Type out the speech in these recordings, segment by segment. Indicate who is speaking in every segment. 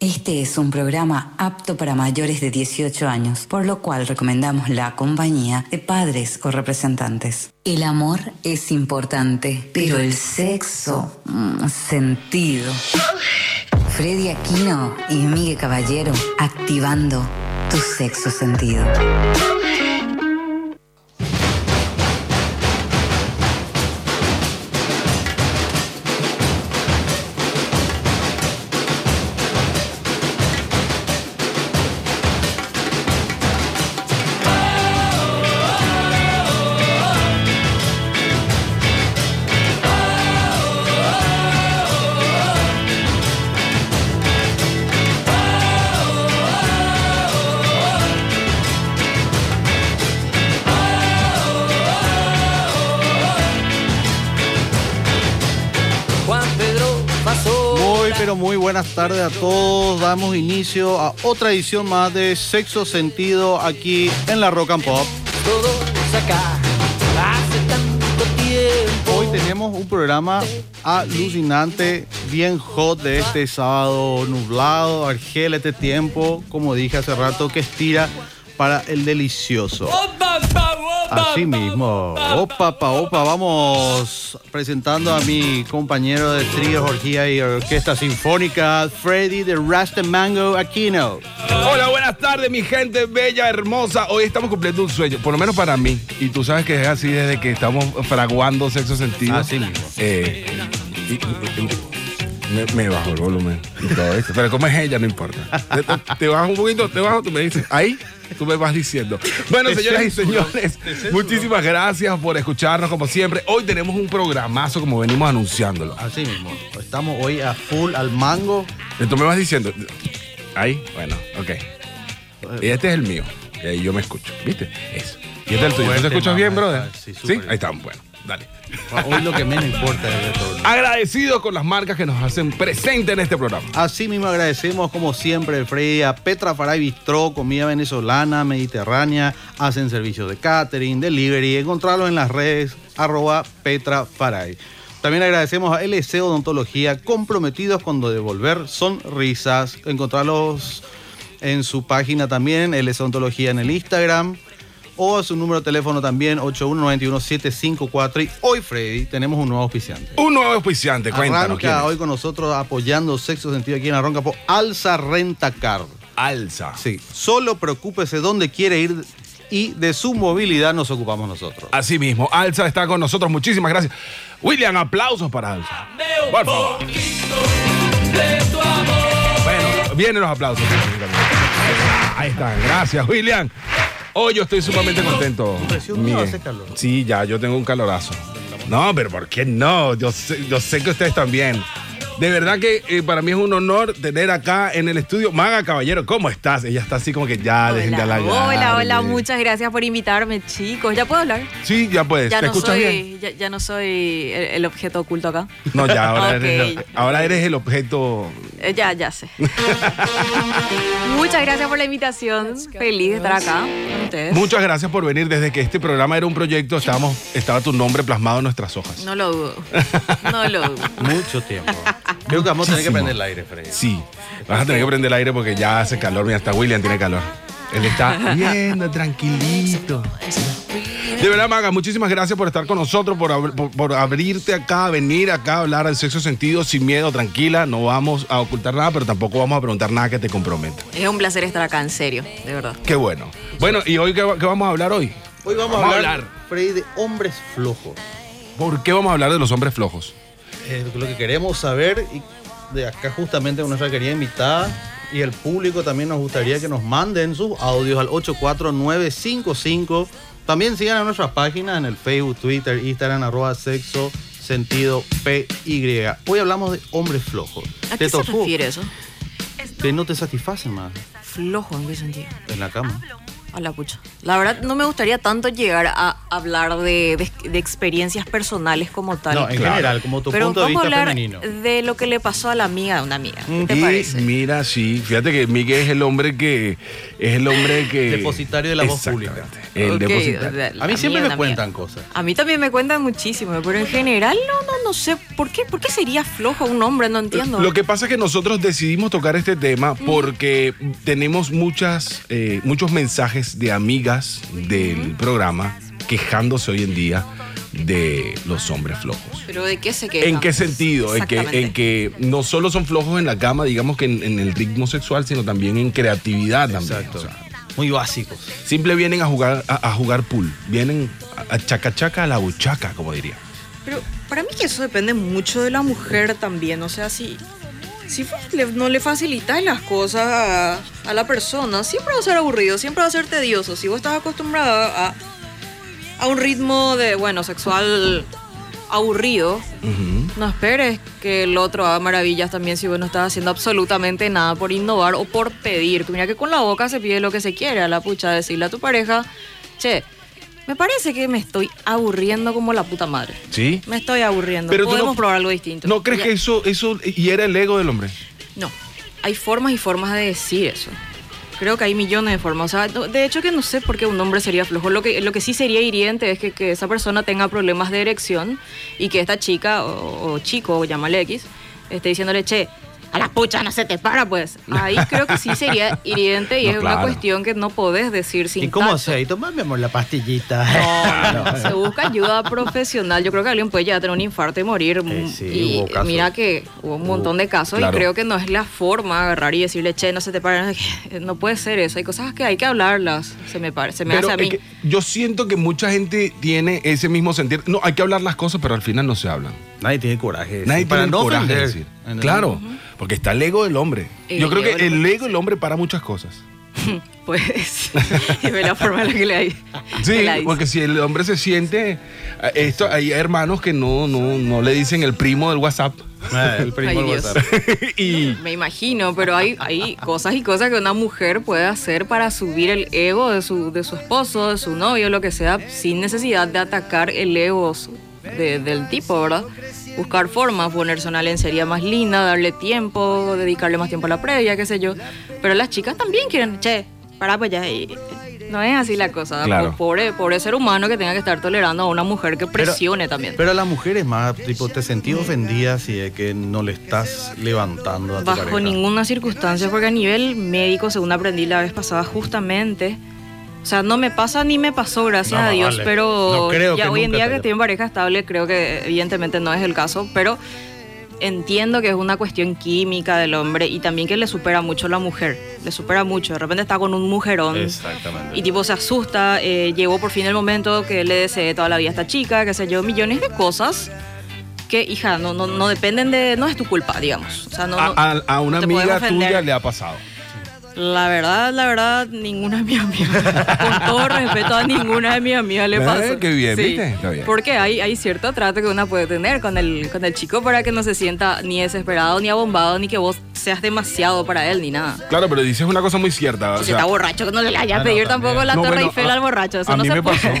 Speaker 1: Este es un programa apto para mayores de 18 años, por lo cual recomendamos la compañía de padres o representantes. El amor es importante, pero el sexo, mm, sentido. Freddy Aquino y Miguel Caballero, activando tu sexo sentido.
Speaker 2: Juan Pedro pasó.
Speaker 3: Muy, pero muy buenas tardes a todos. Damos inicio a otra edición más de Sexo Sentido aquí en la Rock and Pop.
Speaker 2: Todos acá. Hace tanto tiempo.
Speaker 3: Hoy tenemos un programa alucinante, bien hot de este sábado nublado, argel este tiempo, como dije hace rato, que estira para el delicioso.
Speaker 2: Opa, pa, opa,
Speaker 3: Así
Speaker 2: pa,
Speaker 3: mismo. Opa, pa, opa, vamos presentando a mi compañero de trío, orgía y orquesta sinfónica, Freddy de Rastamango Aquino.
Speaker 4: Hola, buenas tardes, mi gente bella, hermosa. Hoy estamos cumpliendo un sueño, por lo menos para mí. Y tú sabes que es así desde que estamos fraguando sexo sentido.
Speaker 3: Así mismo.
Speaker 4: Eh, y- y- y- me, me bajo el volumen y todo esto. Pero como es ella, no importa. Te, te- te bajo un poquito, te bajo, tú me dices, ahí tú me vas diciendo. Bueno,
Speaker 3: Te
Speaker 4: señoras y
Speaker 3: censuro,
Speaker 4: señores, muchísimas gracias por escucharnos como siempre. Hoy tenemos un programazo como venimos anunciándolo.
Speaker 3: Así mismo. Estamos hoy a full al mango.
Speaker 4: Entonces tú me vas diciendo, ahí, bueno, ok. Y este es el mío. Y ahí yo me escucho, ¿viste? Eso. Y este es el tuyo. ¿Tú
Speaker 3: Fuerte,
Speaker 4: te escuchas
Speaker 3: mamá.
Speaker 4: bien, brother?
Speaker 3: Ah, sí,
Speaker 4: Sí,
Speaker 3: súper bien.
Speaker 4: ahí está, bueno, dale.
Speaker 3: Hoy lo que menos importa es el retorno.
Speaker 4: Agradecidos con las marcas que nos hacen presente en este programa.
Speaker 3: Así mismo agradecemos como siempre Freddy a Petra Faray Bistró, comida venezolana, mediterránea, hacen servicios de catering, delivery, encontrarlos en las redes arroba Petra Faray. También agradecemos a LC Odontología, comprometidos con devolver sonrisas, encontrarlos en su página también, LC Odontología en el Instagram. O a su número de teléfono también, 8191-754. Y hoy, Freddy, tenemos un nuevo auspiciante.
Speaker 4: Un nuevo auspiciante, cuéntanos quién es.
Speaker 3: Arranca hoy con nosotros apoyando Sexo Sentido aquí en la Ronca por Alza Renta Car.
Speaker 4: Alza.
Speaker 3: Sí. Solo preocúpese dónde quiere ir y de su movilidad nos ocupamos nosotros.
Speaker 4: Así mismo, Alza está con nosotros. Muchísimas gracias. William, aplausos para Alza.
Speaker 2: Veo
Speaker 4: Por favor.
Speaker 2: poquito de tu amor.
Speaker 4: Bueno, vienen los aplausos. Ahí están, gracias, William. Hoy yo estoy sumamente contento.
Speaker 3: Impresión,
Speaker 4: Miguel.
Speaker 3: no hace calor.
Speaker 4: Sí, ya, yo tengo un calorazo. No, pero ¿por qué no? Yo sé, yo sé que ustedes también. De verdad que eh, para mí es un honor tener acá en el estudio Maga Caballero. ¿Cómo estás? Ella está así como que ya, dejen de
Speaker 5: Hola,
Speaker 4: hablar.
Speaker 5: hola, hola, muchas gracias por invitarme, chicos. ¿Ya puedo hablar?
Speaker 4: Sí, ya puedes.
Speaker 5: Ya
Speaker 4: ¿Te
Speaker 5: no,
Speaker 4: escuchas
Speaker 5: soy,
Speaker 4: bien?
Speaker 5: Ya, ya no soy el, el objeto oculto acá.
Speaker 4: No, ya, ahora,
Speaker 5: Ok.
Speaker 4: eres, ahora eres el objeto.
Speaker 5: Eh, ya, ya sé. muchas gracias por la invitación. Feliz de estar acá con ustedes.
Speaker 4: Muchas gracias por venir. Desde que este programa era un proyecto, estábamos, estaba tu nombre plasmado en nuestras hojas.
Speaker 5: No lo dudo. No lo dudo.
Speaker 3: Mucho tiempo. Creo que vamos a tener que
Speaker 4: Muchísimo.
Speaker 3: prender el aire, Freddy.
Speaker 4: Sí, vas a tener que prender el aire porque ya hace calor. Mira, hasta William tiene calor. Él está viendo, tranquilito. De verdad, Maga, muchísimas gracias por estar con nosotros, por, abr- por- por abrirte acá, venir acá a hablar al sexo sentido sin miedo, tranquila. No vamos a ocultar nada, pero tampoco vamos a preguntar nada que te comprometa.
Speaker 5: Es un placer estar acá, en serio, de verdad.
Speaker 4: Qué bueno. Bueno, ¿y hoy qué, va- qué vamos a hablar hoy?
Speaker 3: Hoy vamos, a hablar, Freddy, de hombres flojos.
Speaker 4: ¿Por qué vamos a hablar de los hombres flojos?
Speaker 3: Es eh, lo que queremos saber y de acá justamente con nuestra querida invitada y el público también nos gustaría que nos manden sus audios al 84955. También sigan a nuestras páginas en el Facebook, Twitter, Instagram, arroba sexo sentido PY. Hoy hablamos de hombres flojos.
Speaker 5: ¿A qué se
Speaker 3: tocó?
Speaker 5: refiere eso?
Speaker 3: Que no te satisfacen más
Speaker 5: Flojo, ¿en qué sentido? Ah,
Speaker 3: en la cama.
Speaker 5: A la pucha. La verdad, no me gustaría tanto llegar a hablar de, de- de experiencias personales como tal.
Speaker 3: No, en
Speaker 4: Claro.
Speaker 3: general, como tu
Speaker 5: Pero
Speaker 3: punto de
Speaker 5: vamos a
Speaker 3: vista
Speaker 5: hablar
Speaker 3: femenino.
Speaker 5: de lo que le pasó a la amiga de una amiga. ¿Qué te
Speaker 4: y
Speaker 5: parece?
Speaker 4: mira, sí, fíjate que Miguel es el hombre que es el hombre que
Speaker 3: Depositario de la voz
Speaker 4: Exactamente,
Speaker 3: pública.
Speaker 4: El
Speaker 5: Ok,
Speaker 4: depositario.
Speaker 5: de-
Speaker 3: A mí
Speaker 5: la
Speaker 3: siempre
Speaker 5: amiga
Speaker 3: me
Speaker 5: de una
Speaker 3: cuentan
Speaker 5: amiga.
Speaker 3: cosas.
Speaker 5: A mí también me cuentan muchísimo, pero en general no, no, no sé por qué, por qué sería flojo un hombre, no Mm. entiendo.
Speaker 4: Lo que pasa es que nosotros decidimos tocar este tema porque tenemos muchas, eh, muchos mensajes de amigas del programa quejándose hoy en día de los hombres flojos.
Speaker 5: Pero de qué se queja.
Speaker 4: ¿En qué sentido? En que, en
Speaker 5: Exactamente.
Speaker 4: que no solo son flojos en la cama, digamos que en, en el ritmo sexual, sino también en creatividad también.
Speaker 3: Exacto.
Speaker 4: o sea,
Speaker 3: Muy básicos.
Speaker 4: simple vienen a jugar, a, a jugar pool. Vienen a, a chaca chaca a la buchaca, como diría.
Speaker 5: Pero para mí que eso depende mucho de la mujer también, o sea, si, si fue- le- no le facilitas las cosas a, a la persona, siempre va a ser aburrido, siempre va a ser tedioso. Si vos estás acostumbrada a, a un ritmo de, bueno, sexual aburrido,
Speaker 4: Ujú.
Speaker 5: no esperes que el otro haga maravillas también si vos no estás haciendo absolutamente nada por innovar o por pedir. Tú mira que con la boca se pide lo que se quiere, a la pucha decirle a tu pareja, che, me parece que me estoy aburriendo como la puta madre.
Speaker 4: ¿Sí?
Speaker 5: Me estoy aburriendo.
Speaker 4: Pero tú
Speaker 5: Podemos
Speaker 4: no-
Speaker 5: probar algo distinto.
Speaker 4: ¿No crees
Speaker 5: Ya-
Speaker 4: que eso, eso hiera el ego del hombre?
Speaker 5: No. Hay formas y formas de decir eso. Creo que hay millones de formas. O sea, no- de hecho que no sé por qué un hombre sería flojo. Lo que, lo que sí sería hiriente es que, que esa persona tenga problemas de erección y que esta chica o, o chico, o llámale X, esté diciéndole, che, a la pucha no se te para, pues. Ahí creo que sí sería hiriente y
Speaker 4: No,
Speaker 5: es
Speaker 4: claro.
Speaker 5: una cuestión que no podés decir sin
Speaker 3: ¿Y cómo
Speaker 5: tacto.
Speaker 3: se? Y toma, mi amor, la pastillita.
Speaker 5: Ah,
Speaker 4: Ah,
Speaker 5: No, no, se busca ayuda profesional. Yo creo que alguien puede ya tener un infarto y morir.
Speaker 3: Eh, sí,
Speaker 5: y
Speaker 3: hubo casos.
Speaker 5: mira que hubo un montón de casos
Speaker 4: claro.
Speaker 5: y creo que no es la forma agarrar y decirle, che, no se te para. No puede ser eso. Hay cosas que hay que hablarlas. Se me, pare- se me
Speaker 4: Pero
Speaker 5: hace a mí.
Speaker 4: es que yo siento que mucha gente tiene ese mismo sentir. No, hay que hablar las cosas, pero al final no se hablan.
Speaker 3: Nadie tiene coraje. de decir,
Speaker 4: Nadie tiene el coraje de
Speaker 3: ofender.
Speaker 4: decir. Claro, porque está el ego del hombre.
Speaker 5: El
Speaker 4: yo creo
Speaker 5: ego
Speaker 4: que
Speaker 5: del
Speaker 4: el ego del hombre para muchas cosas.
Speaker 5: Pues, y ve la forma en la que le hay.
Speaker 4: Sí,
Speaker 5: que Ah, la dice.
Speaker 4: porque si el hombre se siente eh, esto, hay hermanos que no, no, no le dicen el primo del WhatsApp.
Speaker 3: Eh, el primo
Speaker 5: Ay,
Speaker 3: del
Speaker 5: Dios.
Speaker 3: WhatsApp.
Speaker 4: y
Speaker 5: Me imagino, pero hay, hay cosas y cosas que una mujer puede hacer para subir el ego de su, de su esposo, de su novio, lo que sea, sin necesidad de atacar el ego su- de- del tipo, ¿verdad? Buscar formas, ponerse una lencería más linda, darle tiempo, dedicarle más tiempo a la previa, qué sé yo. Pero las chicas también quieren, che, para pues ya. y- no es así la cosa. po-
Speaker 4: Claro.
Speaker 5: Pobre, pobre ser humano que tenga que estar tolerando a una mujer que presione también.
Speaker 3: Pero a las mujeres más, tipo, te sentís ofendida si es que no le estás levantando a tu
Speaker 5: Bajo
Speaker 3: pareja.
Speaker 5: ninguna circunstancia, porque a nivel médico, según aprendí la vez pasada, justamente. O sea, no me pasa ni me pasó, gracias
Speaker 3: No,
Speaker 5: a Dios,
Speaker 3: vale.
Speaker 5: pero
Speaker 3: No creo
Speaker 5: ya
Speaker 3: que
Speaker 5: hoy en
Speaker 3: nunca
Speaker 5: día
Speaker 3: te
Speaker 5: que
Speaker 3: haya
Speaker 5: estoy en pareja estable, creo que evidentemente no es el caso, pero entiendo que es una cuestión química del hombre y también que le supera mucho a la mujer, le supera mucho, de repente está con un mujerón
Speaker 3: Exactamente.
Speaker 5: y tipo se asusta, eh, llegó por fin el momento que le deseé toda la vida a esta chica, qué sé yo, millones de cosas que, hija, no, no, no dependen de, no es tu culpa, digamos. O sea, no,
Speaker 4: a,
Speaker 5: no-
Speaker 4: a- a una
Speaker 5: no te puedes
Speaker 4: amiga
Speaker 5: ofender.
Speaker 4: tuya le ha pasado.
Speaker 5: La verdad, la verdad, ninguna de mis amigas, con todo respeto a ninguna de mis amigas le
Speaker 4: ¿Eh?
Speaker 5: pasó.
Speaker 4: Qué bien, ¿viste? Está bien.
Speaker 5: Porque hay, hay cierto trato que uno puede tener con el, con el chico para que no se sienta ni desesperado, ni abombado, ni que vos seas demasiado para él, ni nada.
Speaker 4: Claro, pero dices una cosa muy cierta. o
Speaker 5: si
Speaker 4: sea,
Speaker 5: está borracho, que no le vayas
Speaker 3: ah,
Speaker 5: a
Speaker 3: no,
Speaker 5: pedir
Speaker 3: también.
Speaker 5: tampoco la
Speaker 4: No,
Speaker 5: Torre
Speaker 4: bueno,
Speaker 5: Eiffel
Speaker 4: a-
Speaker 5: al borracho, eso
Speaker 4: a
Speaker 5: no
Speaker 4: mí
Speaker 5: se
Speaker 4: me
Speaker 5: puede.
Speaker 4: pasó.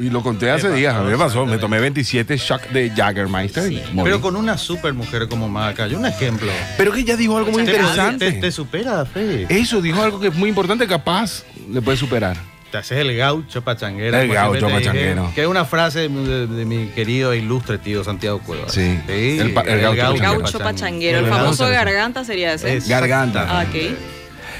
Speaker 4: Y lo conté hace días, a mí me pasó. Me tomé 27 shots de Jaggermeister. y morí.
Speaker 3: Pero con una super mujer como Maca, yo un ejemplo.
Speaker 4: Pero que ella dijo algo muy
Speaker 3: Te-
Speaker 4: interesante. Eh.
Speaker 3: Te, te supera, Fede.
Speaker 4: Eso, dijo algo que es muy importante, capaz le puede superar.
Speaker 3: Te haces el gaucho pachanguero.
Speaker 4: El
Speaker 3: como siempre
Speaker 4: gaucho
Speaker 3: te dije,
Speaker 4: pachanguero.
Speaker 3: que es una frase de, de mi querido e ilustre tío Santiago Cuevas.
Speaker 4: Sí, el pa- el gaucho
Speaker 5: El gaucho
Speaker 4: Pachanguero.
Speaker 5: pachanguero, el famoso garganta sería ese.
Speaker 3: Es-
Speaker 4: Garganta.
Speaker 5: Ah, ok.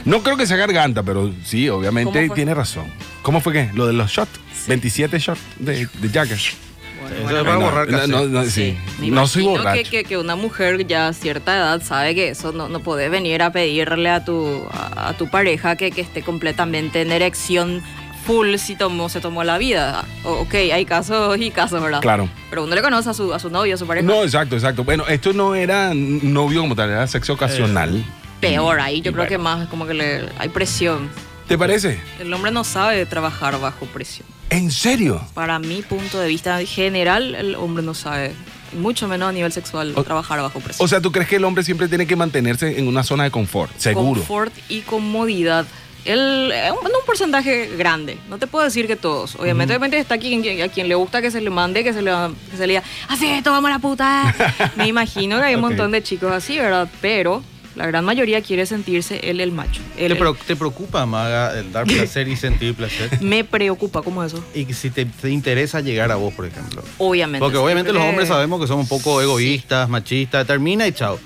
Speaker 4: No creo que sea garganta, pero sí, obviamente
Speaker 5: ¿Cómo fue?
Speaker 4: tiene razón. ¿Cómo fue que? Lo de los shots. 27 shots de, de Jagger.
Speaker 3: Eso es para
Speaker 4: No,
Speaker 3: borrar
Speaker 4: no,
Speaker 3: cassette.
Speaker 4: no, no, Ah, sí.
Speaker 5: me
Speaker 4: No soy
Speaker 5: imagino
Speaker 4: borracho.
Speaker 5: Que, que, que una mujer ya a cierta edad sabe que eso no, no puede venir a pedirle a tu, a, a tu pareja que, que esté completamente en erección full si tomó, se tomó la vida. O- ok, hay casos y casos, ¿verdad?
Speaker 4: Claro.
Speaker 5: Pero uno le conoce a su, a su novio, a su pareja.
Speaker 4: No, exacto, exacto. Bueno, esto no era novio como tal, era sexo ocasional.
Speaker 5: Eh, Peor ahí, yo
Speaker 4: Y
Speaker 5: creo
Speaker 4: bueno.
Speaker 5: que más como que le, hay presión.
Speaker 4: ¿Te parece?
Speaker 5: El hombre no sabe trabajar bajo presión.
Speaker 4: ¿En serio?
Speaker 5: Para mi punto de vista en general, el hombre no sabe, mucho menos a nivel sexual,
Speaker 4: O-
Speaker 5: trabajar bajo presión.
Speaker 4: O sea, ¿tú crees que el hombre siempre tiene que mantenerse en una zona de confort? Seguro.
Speaker 5: confort y comodidad. el, eh, un, un porcentaje grande. No te puedo decir que todos. Obviamente, obviamente está quien, a quien le gusta que se le mande, que se le, que se le diga, así esto, vamos a la puta. Me imagino que hay un
Speaker 4: Ok.
Speaker 5: montón de chicos así, ¿verdad? Pero la gran mayoría quiere sentirse él el macho.
Speaker 3: ¿Te,
Speaker 5: Él, el-
Speaker 3: pro- te preocupa, Maga, el dar placer y sentir placer?
Speaker 5: me preocupa, ¿cómo es eso?
Speaker 3: Y si te, te interesa llegar a vos, por ejemplo.
Speaker 5: Obviamente.
Speaker 3: Porque obviamente los
Speaker 5: siempre-
Speaker 3: hombres sabemos que somos un poco egoístas, machistas, termina y chao.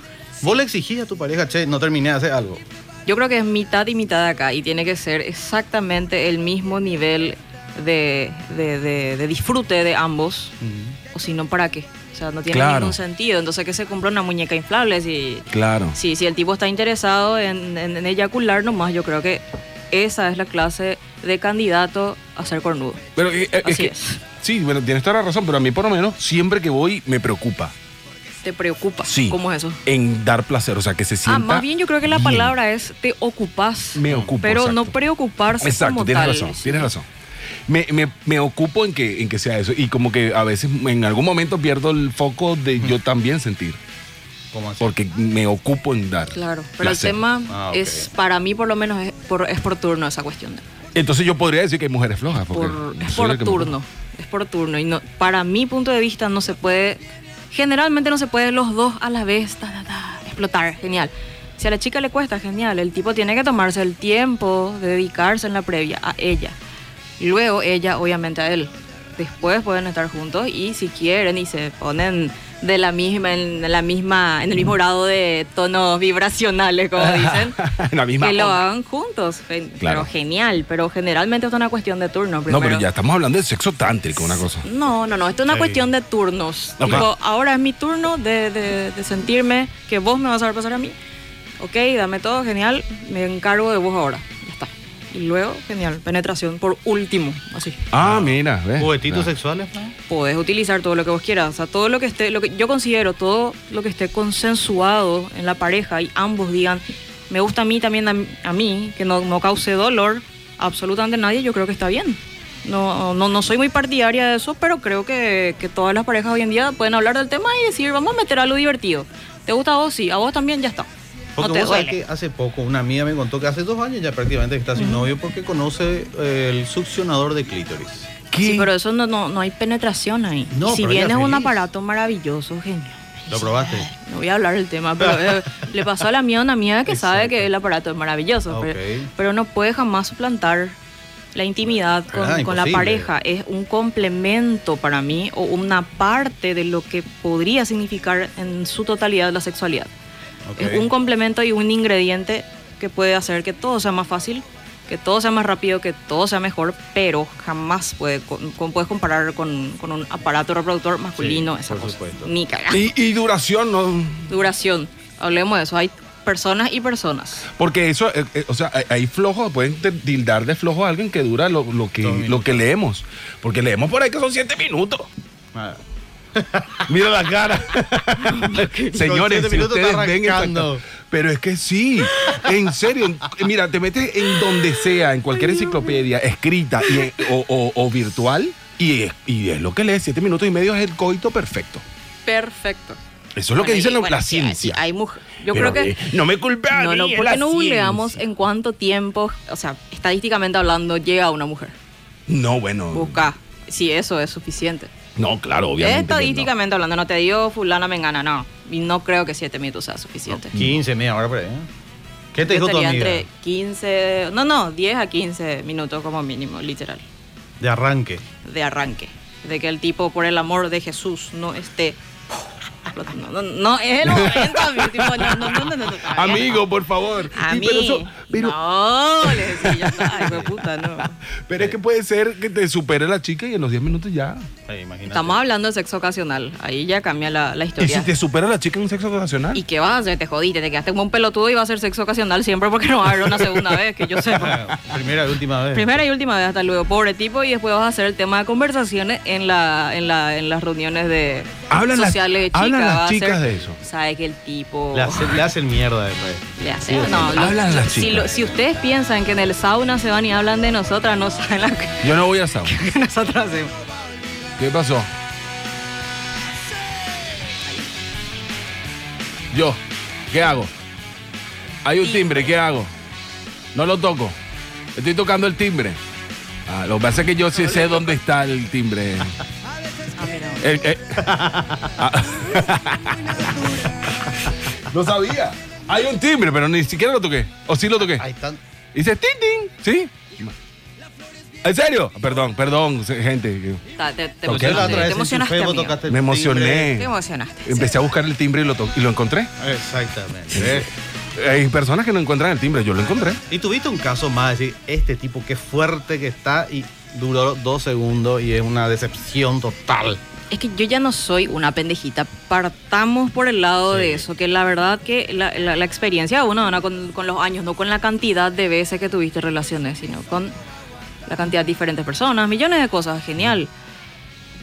Speaker 3: Vos le exigís a tu pareja, che, no terminé de hacer algo.
Speaker 5: Yo creo que es mitad y mitad acá y tiene que ser exactamente el mismo nivel de, de- de- de disfrute de ambos, o si no, ¿para qué? O sea, no tiene
Speaker 4: Claro.
Speaker 5: ningún sentido. Entonces, que se compra una muñeca inflable? Si,
Speaker 4: Claro.
Speaker 5: si, si el tipo está interesado en, en- en eyacular nomás, yo creo que esa es la clase de candidato a ser cornudo.
Speaker 4: Pero, eh, eh,
Speaker 5: Así
Speaker 4: que-
Speaker 5: es.
Speaker 4: Sí, bueno, tienes toda la razón, pero a mí por lo menos siempre que voy me preocupa.
Speaker 5: ¿Te preocupa?
Speaker 4: Sí.
Speaker 5: ¿Cómo es eso?
Speaker 4: En dar placer, o sea, que se sienta.
Speaker 5: ah, más bien yo creo que la
Speaker 4: bien.
Speaker 5: palabra es te ocupás.
Speaker 4: Me ocupo,
Speaker 5: Pero no
Speaker 4: exacto.
Speaker 5: preocuparse
Speaker 4: Exacto,
Speaker 5: como
Speaker 4: tienes
Speaker 5: tal.
Speaker 4: razón,
Speaker 5: Sí.
Speaker 4: tienes razón. Me, me- me ocupo en que, en que sea eso y como que a veces en algún momento pierdo el foco de yo también sentir,
Speaker 3: ¿Cómo así?
Speaker 4: porque me ocupo en dar.
Speaker 5: Claro, pero
Speaker 4: placer.
Speaker 5: el tema
Speaker 3: Ah, ok.
Speaker 5: es, para mí por lo menos, es por, es por turno esa cuestión.
Speaker 4: Entonces yo podría decir que hay mujeres flojas. Ah, porque
Speaker 5: Por,
Speaker 4: soy
Speaker 5: es por
Speaker 4: el que me-
Speaker 5: turno, es por turno. Y no, para mi punto de vista no se puede, generalmente no se puede los dos a la vez ta, ta, ta, explotar, genial. Si a la chica le cuesta, genial, el tipo tiene que tomarse el tiempo de dedicarse en la previa a ella. Luego ella, obviamente, a él. Después pueden estar juntos y si quieren y se ponen de la misma, en la misma, en
Speaker 4: Mm.
Speaker 5: el mismo grado de tonos vibracionales, como dicen.
Speaker 4: En la misma
Speaker 5: Que lo
Speaker 4: onda.
Speaker 5: hagan juntos. Fe-
Speaker 4: Claro.
Speaker 5: Pero genial. Pero generalmente esto es una cuestión de turno.
Speaker 4: No, pero
Speaker 5: primero.
Speaker 4: ya estamos hablando de sexo tántrico, una cosa.
Speaker 5: No, no, no. Esto es una
Speaker 3: Sí.
Speaker 5: cuestión de turnos.
Speaker 4: Ok.
Speaker 5: Tipo, ahora es mi turno de, de- de sentirme que vos me vas a ver pasar a mí. Ok, dame todo, genial. Me encargo de vos ahora. Ya está. Y luego, genial. Penetración por último. Así.
Speaker 4: Ah, mira, ¿ves?
Speaker 3: ¿Juguetitos
Speaker 4: Claro.
Speaker 3: sexuales? no?
Speaker 5: Podés utilizar todo lo que vos quieras. O sea, todo lo que esté, lo que yo considero, todo lo que esté consensuado en la pareja y ambos digan, me gusta a mí también a, mí- a mí, que no, no cause dolor a absolutamente nadie, yo creo que está bien. No, no, no soy muy partidaria de eso, pero creo que, que todas las parejas hoy en día pueden hablar del tema y decir, vamos a meter algo divertido. ¿Te gusta a vos? Sí, a vos también ya está.
Speaker 3: Porque
Speaker 5: no te
Speaker 3: vos sabés
Speaker 5: duele.
Speaker 3: que hace poco una amiga me contó que hace dos años ya prácticamente está sin novio porque conoce eh, el succionador de clítoris.
Speaker 4: ¿Qué?
Speaker 5: Sí, pero eso no, no, no hay penetración ahí.
Speaker 3: No,
Speaker 5: Y si
Speaker 3: pero
Speaker 5: bien es
Speaker 3: ella
Speaker 5: un
Speaker 3: feliz.
Speaker 5: aparato maravilloso, genial.
Speaker 3: ¿Lo probaste?
Speaker 5: No voy a hablar del tema, pero eh, le pasó a la mía una amiga que sabe que el aparato es maravilloso,
Speaker 3: Ah, Ok.
Speaker 5: pero, pero no puede jamás suplantar la intimidad con,
Speaker 3: Ah,
Speaker 5: con la
Speaker 3: imposible.
Speaker 5: pareja. Es un complemento para mí o una parte de lo que podría significar en su totalidad la sexualidad.
Speaker 3: Ok.
Speaker 5: Es un complemento y un ingrediente que puede hacer que todo sea más fácil, que todo sea más rápido, que todo sea mejor, pero jamás puede, con- con- puedes comparar con, con un aparato reproductor masculino,
Speaker 3: Sí,
Speaker 5: esa
Speaker 3: por
Speaker 5: cosa.
Speaker 3: supuesto.
Speaker 5: Ni cagada.
Speaker 4: Y, y duración, no.
Speaker 5: Duración. Hablemos de eso. Hay personas y personas.
Speaker 4: Porque eso, eh, eh, o sea, hay- hay flojos, pueden te- tildar de flojo a alguien que dura lo, lo que,
Speaker 3: Dos minutos.
Speaker 4: lo que leemos. Porque leemos por ahí que son siete minutos.
Speaker 3: Ah.
Speaker 4: Mira la cara. Señores,
Speaker 3: siete
Speaker 4: si
Speaker 3: minutos
Speaker 4: ustedes
Speaker 3: está
Speaker 4: ven esta-
Speaker 3: arrancando.
Speaker 4: Pero es que sí, en serio. en- Mira, te metes en donde sea, en cualquier enciclopedia, escrita y en- o, o- o virtual, y es, y es lo que lees. Siete minutos y medio es el coito perfecto.
Speaker 5: Perfecto.
Speaker 4: Eso es lo que
Speaker 5: Bueno,
Speaker 4: dice
Speaker 5: y
Speaker 4: la,
Speaker 5: bueno,
Speaker 4: la
Speaker 5: sí,
Speaker 4: ciencia.
Speaker 5: sí, hay mujer- Yo
Speaker 4: Pero,
Speaker 5: creo que.
Speaker 4: eh, No me culpes a
Speaker 5: No,
Speaker 4: mí,
Speaker 5: no,
Speaker 4: es
Speaker 5: porque
Speaker 4: la
Speaker 5: no googleamos
Speaker 4: ciencia.
Speaker 5: en cuánto tiempo, o sea, estadísticamente hablando, llega una mujer.
Speaker 4: No, bueno.
Speaker 5: Busca si eso es suficiente.
Speaker 4: No, claro, obviamente. que no.
Speaker 5: estadísticamente hablando, no te dio fulana mengana, no. Y no creo que 7 minutos sea suficiente.
Speaker 3: 15, media hora por ahí. ¿eh? ¿Qué te
Speaker 5: Yo
Speaker 3: dijo tu
Speaker 5: estaría
Speaker 3: amiga?
Speaker 5: entre 15, no, no, 10 a 15 minutos como mínimo, literal,
Speaker 3: De arranque.
Speaker 5: de arranque. De que el tipo, por el amor de Jesús, no esté. explotando. No, no, no, es el momento, amigo, tipo, no, no, no, no, no, no, todavía no.
Speaker 4: Amigo, por favor.
Speaker 5: A
Speaker 4: Y
Speaker 5: mí.
Speaker 4: Pero, eso- pero-
Speaker 5: No, le decía yo, ay, hijo de puta, no.
Speaker 4: pero es que puede ser que te supere la chica y en los 10 minutos ya.
Speaker 3: Ahí, imagínate.
Speaker 5: Estamos hablando de sexo ocasional, ahí ya cambia la, la
Speaker 4: Y si
Speaker 5: historia.
Speaker 4: te supera la chica en un sexo ocasional.
Speaker 5: ¿Y qué vas a hacer? Te jodiste, te quedaste como un pelotudo y vas a hacer sexo ocasional siempre porque no vas a haber una segunda vez, que yo sepa.
Speaker 3: Ah, Primera y última vez.
Speaker 5: Primera y última vez, hasta luego, pobre tipo, y después vas a hacer el tema de conversaciones en, la, en, la, en las reuniones de
Speaker 4: Hablan las-
Speaker 5: sociales de chicas.
Speaker 4: hablan las
Speaker 5: vas a
Speaker 4: chicas
Speaker 5: hacer-
Speaker 4: de eso.
Speaker 5: Sabe que el tipo...
Speaker 3: Le hace- le hacen mierda después.
Speaker 5: le hace- no, lo-
Speaker 4: Hablan las
Speaker 5: si,
Speaker 4: chicas.
Speaker 5: lo- si ustedes piensan que en el sauna se van y hablan de nosotras, no saben lo que
Speaker 4: Yo no voy a sauna.
Speaker 5: nosotras hacemos.
Speaker 4: ¿Qué pasó? Yo, ¿qué hago? Hay un timbre, ¿qué hago? No lo toco. Estoy tocando el timbre. Ah, lo que pasa es que yo sí sé dónde está el timbre. El- eh. Ah. no sabía. Hay un timbre, pero ni siquiera lo toqué. O sí lo toqué.
Speaker 3: Ahí están.
Speaker 4: Dice tin tin, ¿sí? ¿En serio? Perdón, perdón, gente.
Speaker 5: Ta- Te, te
Speaker 4: ¿Por qué la
Speaker 5: emocionaste,
Speaker 4: otra vez
Speaker 5: te
Speaker 4: en
Speaker 5: emocionaste,
Speaker 3: Facebook
Speaker 5: amigo.
Speaker 3: tocaste el
Speaker 4: Me
Speaker 3: timbre?
Speaker 4: emocioné.
Speaker 5: Te emocionaste.
Speaker 4: Empecé a buscar el timbre y lo, to- y lo encontré. Eh,
Speaker 3: Exactamente. ¿Eh?
Speaker 4: Hay personas que no encuentran el timbre, yo lo encontré.
Speaker 3: Y tuviste un caso más, decir, este tipo qué fuerte que está y duró dos segundos y es una decepción total.
Speaker 5: Es que yo ya no soy una pendejita. Partamos por el lado de eso, que la verdad que la, la- la experiencia de uno gana con, con los años, no con la cantidad de veces que tuviste relaciones, sino con la cantidad de diferentes personas, millones de cosas, genial.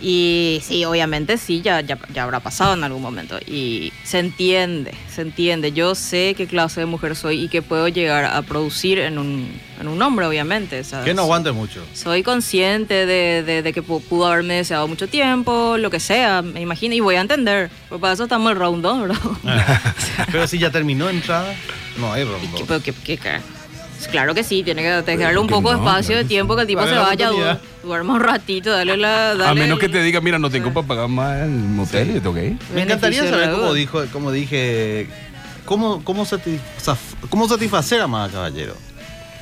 Speaker 5: Y sí, obviamente sí, ya, ya, ya habrá pasado en algún momento. Y se entiende, se entiende. Yo sé qué clase de mujer soy y que puedo llegar a producir en un, en un hombre, obviamente. o sea,
Speaker 3: Que no
Speaker 5: soy-
Speaker 3: aguante mucho.
Speaker 5: soy consciente de, de- de que pu- pudo haberme deseado mucho tiempo, lo que sea, me imagino, y voy a entender. Pues para eso estamos en round 2,
Speaker 4: Ah,
Speaker 5: bro.
Speaker 3: Pero si ya terminó entrada, no hay rondo.
Speaker 5: Que- pero que- que- que- pues claro que sí, tiene que dejarle un
Speaker 4: que
Speaker 5: poco de
Speaker 4: Pues, no,
Speaker 5: espacio
Speaker 4: claro
Speaker 5: de
Speaker 4: que
Speaker 5: tiempo que el tipo
Speaker 3: Dale
Speaker 5: se
Speaker 3: la
Speaker 5: vaya,
Speaker 3: oportunidad.
Speaker 5: du- duerma un ratito, dale la. Dale
Speaker 4: a menos que te
Speaker 5: diga
Speaker 4: diga, mira, no tengo
Speaker 5: Sí.
Speaker 4: para pagar más el motel y tengo que ir.
Speaker 3: Me encantaría saber cómo
Speaker 5: cómo
Speaker 3: dijo, cómo dije, cómo, cómo, sati- saf- cómo satisfacer a Amada Caballero.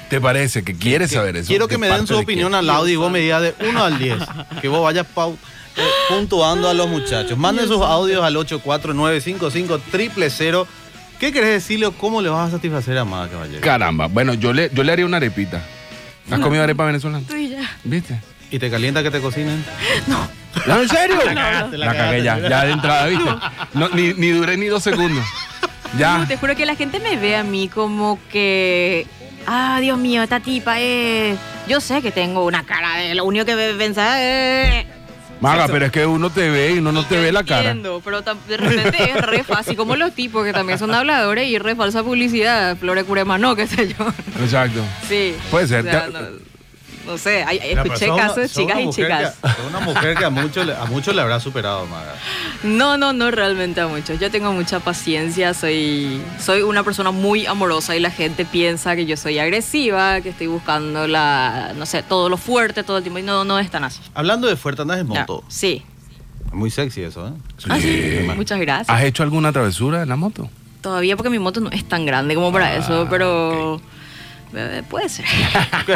Speaker 4: ¿Te parece que quieres
Speaker 3: Que
Speaker 4: saber eso?
Speaker 3: Quiero que
Speaker 4: ¿De
Speaker 3: me den
Speaker 4: parte
Speaker 3: su
Speaker 4: de quién?
Speaker 3: opinión al audio y vos me digas de 1 al 10. Que vos vayas pau- eh, puntuando a los muchachos. Manden sus audios al 84955 ¿Qué querés decirle o cómo le vas a satisfacer a Amada Caballero?
Speaker 4: Caramba, bueno, yo le, yo le haría una arepita. ¿Has comido arepa venezolana? ¿Viste?
Speaker 3: ¿Y te calienta que te cocinen?
Speaker 4: No, en serio. La,
Speaker 3: cagaste, la
Speaker 4: cagué ya,
Speaker 3: cagaste.
Speaker 4: ya de entrada, ¿viste? No, ni, ni duré ni dos segundos. Ya.
Speaker 5: te juro que la gente me ve a mí como que. Ah, Dios mío, esta tipa es. Yo sé que tengo una cara de. Lo único que me pensaba es.
Speaker 4: Maga, pero es que uno te ve y uno no te ve la cara.
Speaker 5: Entiendo, pero tam- de repente es re fácil, como los tipos que también son habladores y re falsa publicidad, Flore Curema no, qué sé yo.
Speaker 4: Exacto.
Speaker 5: Sí.
Speaker 4: Puede ser,
Speaker 5: O sea,
Speaker 4: te-
Speaker 5: no, no sé, hay- hay-
Speaker 3: Mira, pero
Speaker 5: escuché
Speaker 3: sos una-
Speaker 5: casos Este de
Speaker 3: sos
Speaker 5: chicas
Speaker 3: una
Speaker 5: y
Speaker 3: mujer que-
Speaker 5: chicas.
Speaker 3: sos una mujer que a muchos le, a mucho le habrá superado, Maga.
Speaker 5: No, no, no realmente a muchos. Yo tengo mucha paciencia, soy, soy una persona muy amorosa y la gente piensa que yo soy agresiva, que estoy buscando la, no sé, todo lo fuerte todo el tiempo y no, no es tan así.
Speaker 3: Hablando de fuerte, andas en
Speaker 5: No,
Speaker 3: moto.
Speaker 5: sí.
Speaker 3: Muy sexy eso, ¿eh?
Speaker 5: Ah, sí. Muchas gracias.
Speaker 4: ¿Has hecho alguna travesura en la moto?
Speaker 5: Todavía porque mi moto no es tan grande como para eso, pero eh, puede ser.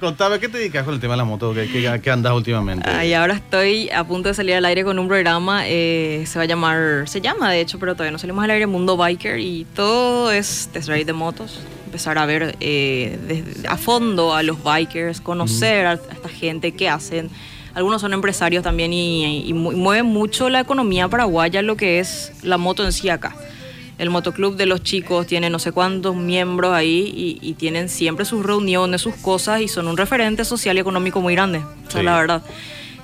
Speaker 3: Contame, ¿qué te dedicas con el tema de la moto? ¿Qué, qué, qué andas últimamente?
Speaker 5: Ah, Y ahora estoy a punto de salir al aire con un programa, eh, se va a llamar, se llama de hecho, pero todavía no salimos al aire, Mundo Biker, y todo es test ride de motos, empezar a ver eh, desde- a fondo a los bikers, conocer a, a esta gente, qué hacen. Algunos son empresarios también y, y mu- y mueven mucho la economía paraguaya, lo que es la moto en sí acá. El motoclub de los chicos tiene no sé cuántos miembros ahí y, y tienen siempre sus reuniones, sus cosas y son un referente social y económico muy grande. O sea,
Speaker 3: Sí.
Speaker 5: la verdad.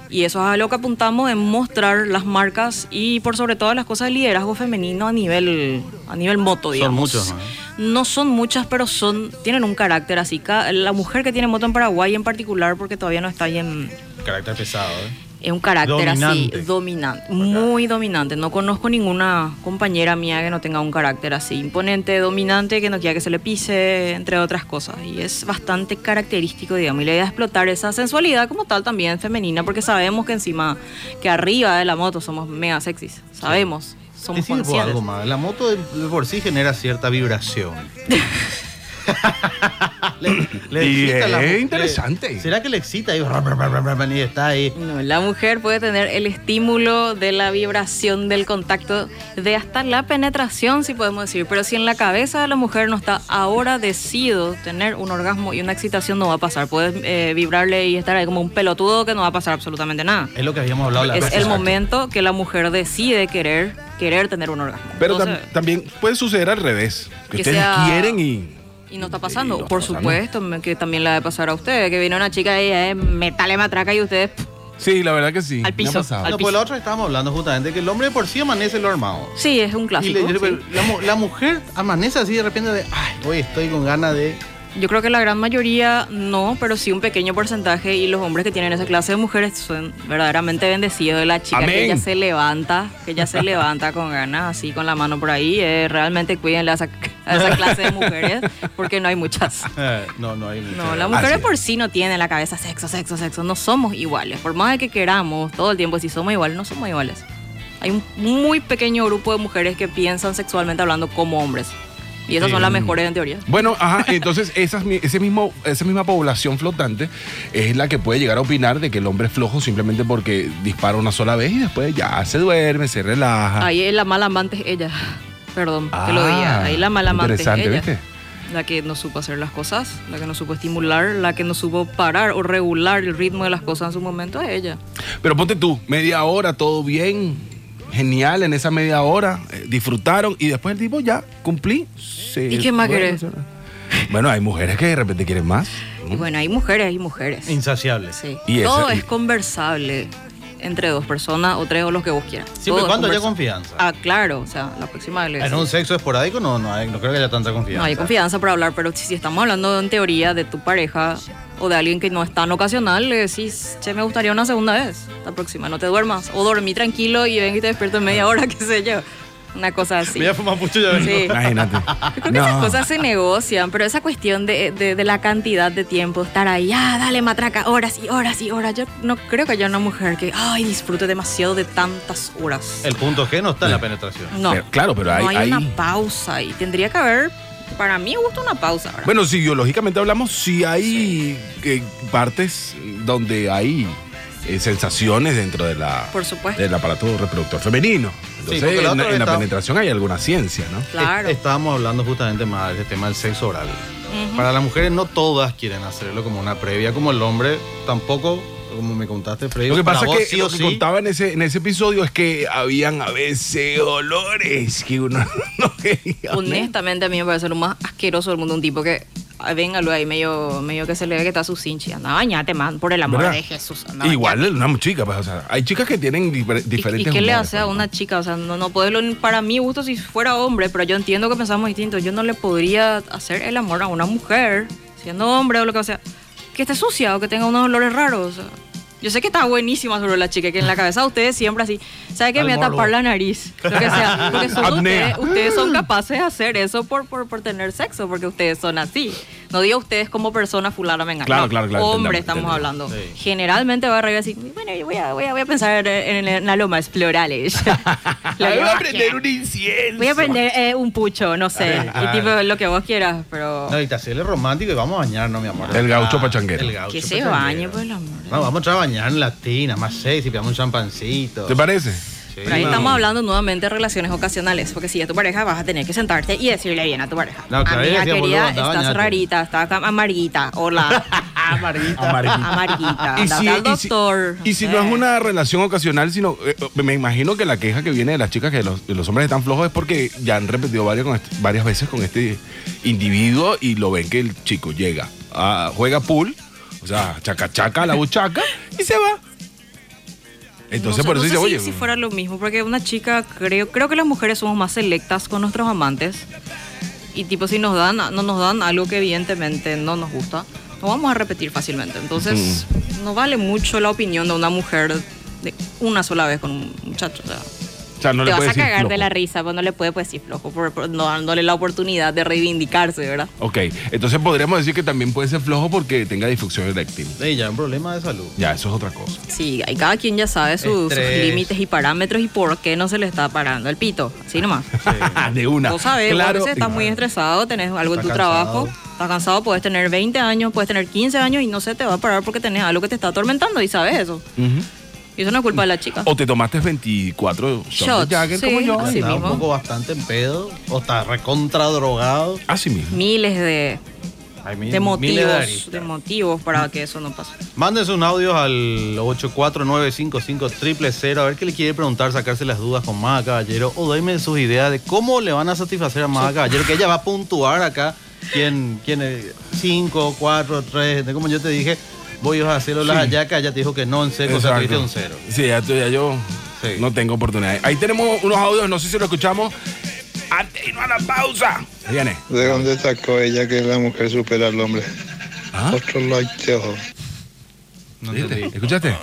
Speaker 5: Y eso es a lo que apuntamos en mostrar las marcas y por sobre todo las cosas de liderazgo femenino a nivel, a nivel moto,
Speaker 3: Son
Speaker 5: digamos.
Speaker 3: muchos, ¿no?
Speaker 5: No son muchas, pero son, tienen un carácter así. Ca- La mujer que tiene moto en Paraguay en particular, porque todavía no está ahí en,
Speaker 3: Carácter pesado, ¿eh?
Speaker 5: es un carácter
Speaker 3: Dominante.
Speaker 5: así, dominante, muy dominante. No conozco ninguna compañera mía que no tenga un carácter así, imponente, dominante, que no quiera que se le pise, entre otras cosas. Y es bastante característico, digamos. Y la idea es explotar esa sensualidad como tal también femenina, porque sabemos que encima, que arriba de la moto somos mega sexys. Sabemos, somos
Speaker 3: Decime vos
Speaker 5: conscientes.
Speaker 3: algo más. La moto de, de por sí genera cierta vibración. Le- le
Speaker 4: Y
Speaker 3: excita
Speaker 4: es
Speaker 3: la- le-
Speaker 4: interesante.
Speaker 3: ¿Será que le excita? Y, y está ahí.
Speaker 5: No, la mujer puede tener el estímulo de la vibración, del contacto, de hasta la penetración, si podemos decir. Pero si en la cabeza de la mujer no está ahora decido tener un orgasmo y una excitación, no va a pasar. Puedes eh, vibrarle y estar ahí como un pelotudo que no va a pasar absolutamente nada.
Speaker 3: Es lo que habíamos hablado la
Speaker 5: Es
Speaker 3: vez.
Speaker 5: el momento que la mujer decide querer, querer tener un orgasmo.
Speaker 4: Pero tam-
Speaker 5: Entonces,
Speaker 4: también puede suceder al revés. Que,
Speaker 5: Que
Speaker 4: ustedes
Speaker 5: sea-
Speaker 4: quieren y.
Speaker 5: Y no está pasando.
Speaker 4: Y no está
Speaker 5: Por
Speaker 4: pasando.
Speaker 5: supuesto, me- que también la de pasar a ustedes. Que viene una chica y eh, metale matraca y ustedes. pff,
Speaker 4: Sí, la verdad que sí.
Speaker 5: Al
Speaker 4: me ha
Speaker 5: piso,
Speaker 4: pasado.
Speaker 5: al-
Speaker 3: No, pues la otra estábamos hablando justamente que el hombre de por sí amanece lo armado.
Speaker 5: Sí, es un
Speaker 3: Y
Speaker 5: clásico.
Speaker 3: le-
Speaker 5: sí.
Speaker 3: la, mu- la mujer amanece así de repente de, ay, hoy estoy con ganas de
Speaker 5: Yo creo que la gran mayoría no, pero sí un pequeño porcentaje y los hombres que tienen esa clase de mujeres son verdaderamente bendecidos. La chica que
Speaker 4: Amén.
Speaker 5: ya se levanta, que ya se levanta con ganas, así con la mano por ahí, eh, realmente cuídenle a esa, a esa clase de mujeres porque no hay muchas.
Speaker 3: Eh, no, no hay mucho.
Speaker 5: No, las
Speaker 4: Así
Speaker 5: mujeres
Speaker 4: es.
Speaker 5: por sí no tienen en la cabeza sexo, sexo, sexo. No somos iguales. Por más de que queramos todo el tiempo, si somos iguales, no somos iguales. Hay un muy pequeño grupo de mujeres que piensan sexualmente hablando como hombres. Y esas
Speaker 4: Em,
Speaker 5: son las mejores en teoría.
Speaker 4: Bueno, ajá, entonces esas mi- ese mismo, esa misma población flotante es la que puede llegar a opinar de que el hombre es flojo simplemente porque dispara una sola vez y después ya se duerme, se relaja.
Speaker 5: Ahí la mala amante es ella. Perdón, que lo
Speaker 4: Ah,
Speaker 5: diga. Ahí la mala amante es ella.
Speaker 4: interesante, ¿viste?
Speaker 5: La que no supo hacer las cosas, la que no supo estimular, la que no supo parar o regular el ritmo de las cosas en su momento es ella.
Speaker 4: Pero ponte tú, media hora, todo bien, genial, en esa media hora eh, disfrutaron y después el tipo ya cumplí. se
Speaker 5: ¿Y qué más
Speaker 4: fue.
Speaker 5: querés?
Speaker 4: Bueno, hay mujeres que de repente quieren más.
Speaker 5: Y bueno, hay mujeres, hay mujeres.
Speaker 3: Insaciable.
Speaker 5: Sí.
Speaker 4: Y
Speaker 5: Todo
Speaker 4: esa-
Speaker 5: es conversable entre dos personas o tres o los que vos quieras.
Speaker 3: Siempre y
Speaker 5: Todo
Speaker 3: cuando
Speaker 5: es
Speaker 3: haya
Speaker 5: conversa-
Speaker 3: confianza.
Speaker 5: Ah, claro, o sea, la próxima vez le
Speaker 3: En
Speaker 5: decís.
Speaker 3: un sexo esporádico no, no, hay- no creo que haya tanta confianza.
Speaker 5: No hay confianza para hablar, pero si, si estamos hablando en teoría de tu pareja o de alguien que no es tan ocasional, le decís, che, me gustaría una segunda vez, la próxima, no te duermas. O dormí tranquilo y ven y te despierto en media hora, qué sé yo. Una cosa así.
Speaker 3: Voy a fumar mucho ya vengo.
Speaker 5: Sí.
Speaker 4: Imagínate.
Speaker 5: Yo creo que esas cosas se negocian, pero esa cuestión de, de- de la cantidad de tiempo, estar ahí, ah, dale matraca, horas y horas y horas. Yo no creo que haya una mujer que, ay, disfrute demasiado de tantas horas.
Speaker 3: El punto G no está en la penetración.
Speaker 5: No.
Speaker 4: Pero, claro, pero hay-
Speaker 5: No hay
Speaker 4: hay-
Speaker 5: una pausa y tendría que haber, para mí, gusta una pausa. ¿verdad?
Speaker 4: Bueno, si biológicamente hablamos, sí hay eh, partes donde hay eh, sensaciones dentro de la,
Speaker 5: Por supuesto.
Speaker 4: del aparato reproductor femenino. Entonces,
Speaker 3: porque la
Speaker 4: en,
Speaker 3: otra
Speaker 4: en
Speaker 3: vez
Speaker 4: la
Speaker 3: estaba-
Speaker 4: penetración hay alguna ciencia, ¿no?
Speaker 5: claro.
Speaker 3: Es- Estábamos hablando justamente más del tema del sexo oral.
Speaker 5: Ujú.
Speaker 3: Para las mujeres no todas quieren hacerlo como una previa, como el hombre tampoco, como me contaste, Freddy.
Speaker 4: Lo que
Speaker 3: para
Speaker 4: pasa es
Speaker 3: vos
Speaker 4: que
Speaker 3: sí
Speaker 4: lo
Speaker 3: o
Speaker 4: que
Speaker 3: sí,
Speaker 4: contaba en ese, en ese episodio es que habían a veces olores que uno no quería. oler.
Speaker 5: Honestamente, a mí me parece lo más asqueroso del mundo. Un tipo que, ah, venga, luego ahí medio, medio que se le ve que está su cinchi. Anda, bañate, man, por el amor
Speaker 4: ¿Verdad?
Speaker 5: de Jesús. anda,
Speaker 4: Igual una chica, pues, o sea, hay chicas que tienen difer-
Speaker 5: ¿Y-
Speaker 4: diferentes.
Speaker 5: ¿Y, qué le
Speaker 4: humores,
Speaker 5: hace a
Speaker 4: pues, ¿no?
Speaker 5: una chica? O sea, no, no poderlo, para mi gusto, si fuera hombre, pero yo entiendo que pensamos distinto. Yo no le podría hacer el amor a una mujer, siendo hombre o lo que sea, que esté sucia o que tenga unos olores raros. o sea. Yo sé que está buenísima sobre la chica, que en la cabeza de ustedes siempre así, ¿sabe qué? Me voy a
Speaker 3: Al
Speaker 5: tapar
Speaker 3: morbo.
Speaker 5: la nariz. Lo que sea. Porque solo
Speaker 4: Apnea.
Speaker 5: ustedes, ustedes son capaces de hacer eso por, por, por tener sexo, porque ustedes son así. No digo ustedes como persona fulana, me engañó.
Speaker 4: Claro, claro, claro,
Speaker 5: Hombre, estamos
Speaker 4: entendemos,
Speaker 5: hablando.
Speaker 3: Sí.
Speaker 5: Generalmente va arriba así, bueno, yo voy a, voy a, voy a pensar en, en las lomas florales. Lo
Speaker 4: Ay,
Speaker 5: que
Speaker 4: voy
Speaker 5: vos
Speaker 4: a prender
Speaker 5: quieras.
Speaker 4: un incienso. Ah,
Speaker 5: Voy a prender eh, un pucho, no sé. Y tipo lo que vos quieras, pero.
Speaker 3: No, y te hacerle romántico y vamos a bañarnos, mi amor.
Speaker 4: El gaucho pachanguero.
Speaker 3: El gaucho
Speaker 5: Que se
Speaker 3: pachanguero.
Speaker 5: bañe, por el amor.
Speaker 3: No, vamos a entrar a bañar en latina, más sexy, pegamos un champancito.
Speaker 4: ¿Te parece?
Speaker 3: Sí.
Speaker 5: Pero ahí estamos hablando nuevamente de relaciones ocasionales, porque si es tu pareja vas a tener que sentarte y decirle bien a tu pareja.
Speaker 3: No, claro,
Speaker 5: Amiga
Speaker 3: ella decía, boludo,
Speaker 5: querida,
Speaker 3: anda,
Speaker 5: estás
Speaker 3: bañate".
Speaker 5: rarita, estás am- amarguita, hola.
Speaker 3: Amarguita.
Speaker 5: amarguita,
Speaker 4: Y
Speaker 5: andate
Speaker 4: si, y
Speaker 5: al
Speaker 4: si-
Speaker 5: Ah, doctor. Eh.
Speaker 4: y si no
Speaker 5: sé.
Speaker 4: es una relación ocasional, sino eh, me imagino que la queja que viene de las chicas que los, que los hombres están flojos es porque ya han repetido varios con este- varias veces con este individuo y lo ven que el chico llega, a, juega pool, o sea, chaca chaca a la buchaca y se va. Entonces
Speaker 5: No sé-
Speaker 4: por
Speaker 5: no
Speaker 4: eso dice,
Speaker 5: sé si-
Speaker 4: oye,
Speaker 5: si, fuera lo mismo, porque una chica, creo, creo que las mujeres somos más selectas con nuestros amantes. Y tipo, si nos dan, no nos dan algo que evidentemente no nos gusta, no vamos a repetir fácilmente. Entonces,
Speaker 4: Mm.
Speaker 5: no vale mucho la opinión de una mujer de una sola vez con un muchacho. o sea.
Speaker 4: o sea, no
Speaker 5: te
Speaker 4: le
Speaker 5: vas
Speaker 4: puedes
Speaker 5: a
Speaker 4: decir
Speaker 5: cagar de
Speaker 4: flojo.
Speaker 5: la risa, pues no le puede pues decir flojo, por, por no dándole la oportunidad de reivindicarse, ¿verdad?
Speaker 4: Ok, entonces podríamos decir que también puede ser flojo porque tenga disfunción eréctil.
Speaker 3: Sí, ya, un problema de salud.
Speaker 4: Ya, eso es otra cosa.
Speaker 5: Sí, ahí cada quien ya sabe su- sus
Speaker 3: Estrés.
Speaker 5: límites y parámetros y por qué no se le está parando el pito, así nomás.
Speaker 4: de una.
Speaker 5: Vos sabés, vos a
Speaker 4: claro.
Speaker 5: veces estás muy estresado, tenés algo en tu
Speaker 3: Estás
Speaker 5: trabajo,
Speaker 3: cansado.
Speaker 5: estás cansado, puedes tener 20 años, puedes tener 15 años y no se te va a parar porque tenés algo que te está atormentando y sabes eso.
Speaker 4: Ujú.
Speaker 5: Y eso no es culpa de la chica.
Speaker 4: O te tomaste 24 shots,
Speaker 5: Shots,
Speaker 4: de Jagger
Speaker 5: sí,
Speaker 4: como yo. y
Speaker 5: así
Speaker 3: Está un
Speaker 5: mismo.
Speaker 3: poco bastante en pedo, o está recontra drogado.
Speaker 4: Así mismo.
Speaker 5: Miles de,
Speaker 3: Hay mil-
Speaker 5: de
Speaker 3: miles de
Speaker 5: motivos,
Speaker 3: aristas.
Speaker 5: de motivos para que eso no pase.
Speaker 3: Manden sus audios al 84955 a ver qué le quiere preguntar, sacarse las dudas con Maga Caballero o denme sus ideas de cómo le van a satisfacer a Maga Caballero, que ella va a puntuar acá quién, quién es 5, 4, 3, como yo te dije, voy a hacerlo las
Speaker 4: Sí.
Speaker 3: hallacas, ella te dijo que no en seco, o sea,
Speaker 4: Exacto.
Speaker 3: tuviste un cero.
Speaker 4: Sí, ya, tú- ya yo
Speaker 3: Sí.
Speaker 4: no tengo oportunidad. Ahí tenemos unos audios, no sé si lo escuchamos. Antes de irnos a la pausa. Ahí Viene.
Speaker 6: ¿De dónde sacó ella que la mujer supera al hombre?
Speaker 4: ¿Ah?
Speaker 6: Otro loitejo.
Speaker 3: No
Speaker 4: ¿Viste?
Speaker 3: entendí.
Speaker 4: ¿Escuchaste?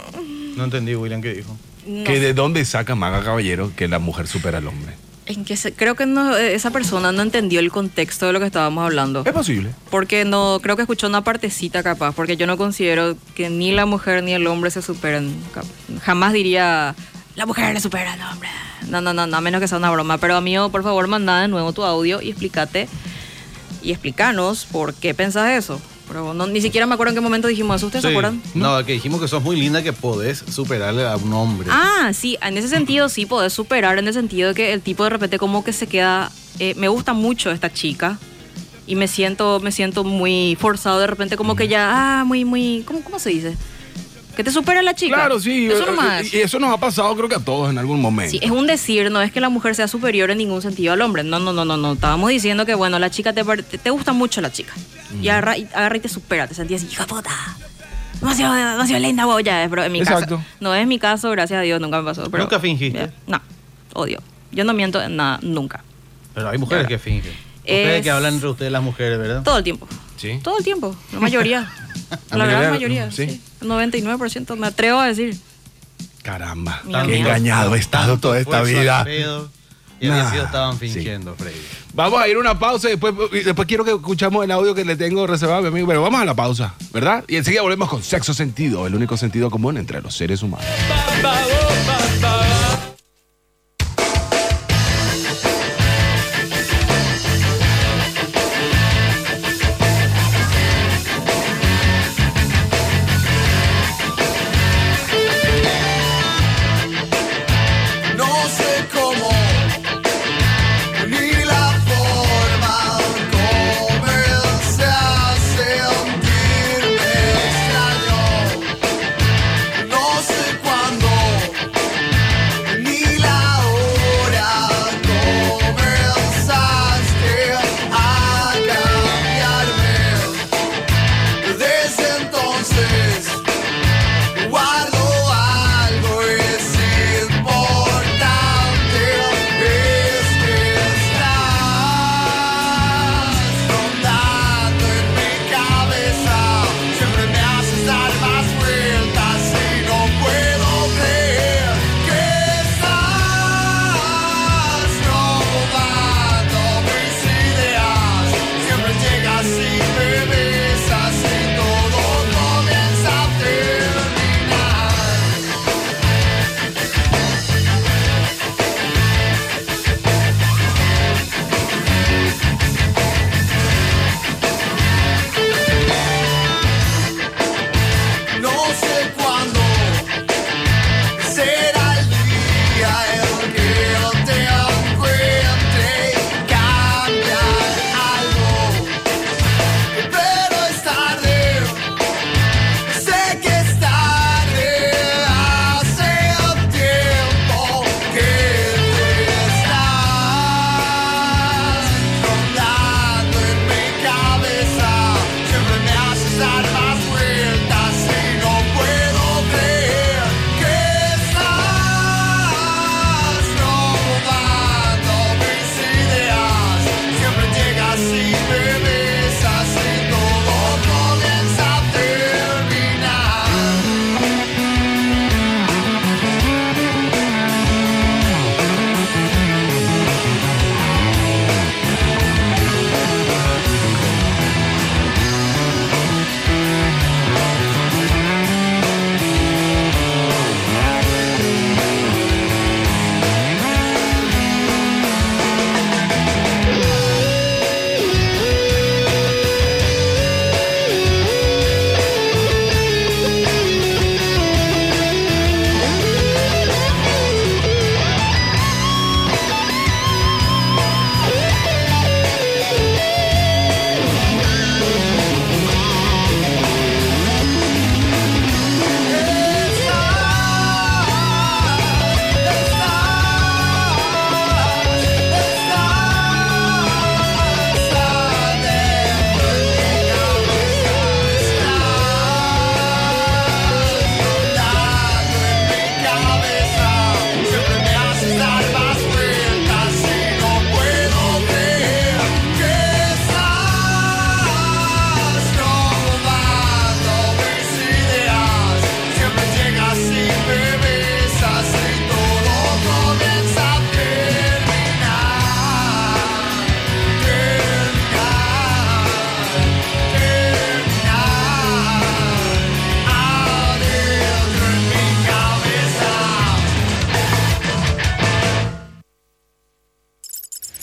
Speaker 3: No entendí, William, qué dijo.
Speaker 5: No
Speaker 4: Que
Speaker 5: sé.
Speaker 4: de dónde saca Maga Caballero que la mujer supera al hombre.
Speaker 5: En que se- creo que no, eh, esa persona no entendió el contexto de lo que estábamos hablando.
Speaker 4: Es posible.
Speaker 5: Porque no, creo que escuchó una partecita capaz, porque yo no considero que ni la mujer ni el hombre se superen. cap- Jamás diría, la mujer le supera al hombre. No, no, no, no, a menos que sea una broma. Pero amigo, por favor, manda de nuevo tu audio y explícate y explícanos por qué pensás eso. Pero no, ni siquiera me acuerdo en qué momento dijimos eso, ¿ustedes se
Speaker 3: Sí.
Speaker 5: acuerdan?
Speaker 3: No, que dijimos que sos muy linda que podés superarle a un hombre.
Speaker 5: Ah, sí, en ese sentido sí podés superar, en el sentido de que el tipo de repente como que se queda, eh, me gusta mucho esta chica y me siento, me siento muy forzado de repente como que ya, ah, muy, muy, ¿cómo, cómo se dice? Que te supera la chica.
Speaker 4: Claro, sí.
Speaker 5: Eso
Speaker 4: eh,
Speaker 5: nomás.
Speaker 4: Y eso nos ha pasado creo que a todos en algún momento.
Speaker 5: Sí, es un decir, no es que la mujer sea superior en ningún sentido al hombre. No, no, no, no, no. Estábamos diciendo que, bueno, la chica te, pare- te, te gusta mucho la chica.
Speaker 4: Mm.
Speaker 5: Y agarra, y agarra y te supera, te sentías así, hija de puta. Demasiado, demasiado linda, guau, ya es, pero en mi
Speaker 4: Exacto.
Speaker 5: caso. No es mi caso, gracias a Dios, nunca me pasó. pero-
Speaker 3: ¿Nunca fingiste?
Speaker 5: Eh, No, odio. Yo no miento en nada, nunca.
Speaker 3: Pero hay mujeres que fingen. Ustedes
Speaker 5: Es-
Speaker 3: que hablan entre ustedes las mujeres, ¿verdad?
Speaker 5: Todo el tiempo.
Speaker 4: Sí.
Speaker 5: Todo el tiempo, la mayoría.
Speaker 4: La
Speaker 5: la verdad, la
Speaker 4: mayoría,
Speaker 5: mayoría,
Speaker 4: sí.
Speaker 5: sí. 99%, me atrevo a decir.
Speaker 4: Caramba.
Speaker 5: Mira,
Speaker 4: Qué
Speaker 5: mira.
Speaker 4: engañado he estado toda esta
Speaker 3: Esfuerzo al
Speaker 4: vida.
Speaker 3: pedo, y
Speaker 4: Nah,
Speaker 3: así lo estaban
Speaker 4: sí.
Speaker 3: fingiendo, Freddy.
Speaker 4: Vamos a ir a una pausa y después, y después quiero que escuchamos el audio que le tengo reservado a mi amigo. Pero vamos a la pausa, ¿verdad? Y enseguida volvemos con sexo sentido, el único sentido común entre los seres humanos.
Speaker 7: No sé cómo, ni la forma, comencé a sentirme extraño. No sé cuándo,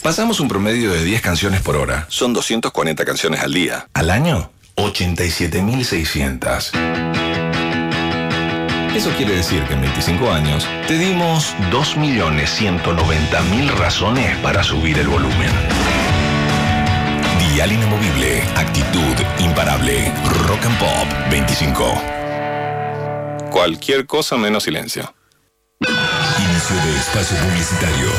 Speaker 8: Pasamos un promedio de 10 canciones por hora. Son 240 canciones al día. Al año, 87.600. Eso quiere decir que en 25 años te dimos 2.190.000 razones para subir el volumen. Dial inamovible, actitud imparable, rock and pop 25. Cualquier cosa menos silencio.
Speaker 9: Inicio de espacio publicitario.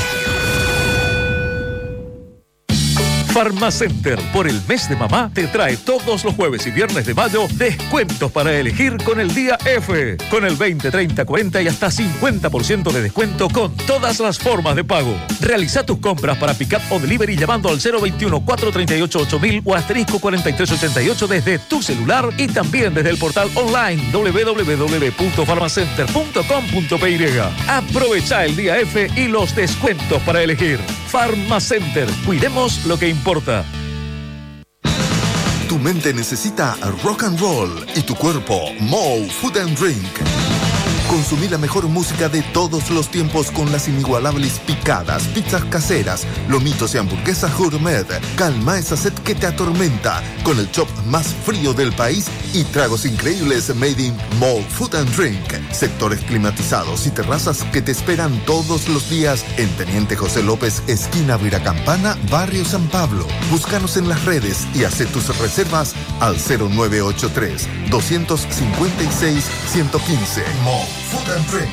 Speaker 9: Farmacenter, por el mes de mamá, te trae todos los jueves y viernes de mayo descuentos para elegir con el día F, con el 20, 30, 40 y hasta 50% de descuento con todas las formas de pago. Realiza tus compras para pick-up o delivery llamando al 021-438-8000 o asterisco 4388 desde tu celular y también desde el portal online www.farmacenter.com.py. Aprovecha el día F y los descuentos para elegir. Farmacenter, cuidemos lo que importa.
Speaker 10: Tu mente necesita rock and roll y tu cuerpo Mo Food and Drink. Consumí la mejor música de todos los tiempos con las inigualables picadas, pizzas caseras, lomitos y hamburguesas gourmet. Calma esa sed que te atormenta con el chop más frío del país y tragos increíbles made in Mall Food and Drink. Sectores climatizados y terrazas que te esperan todos los días en Teniente José López, esquina Viracampana, barrio San Pablo. Búscanos en las redes y haz tus reservas al 0983 256 115. Mall Food and Drink.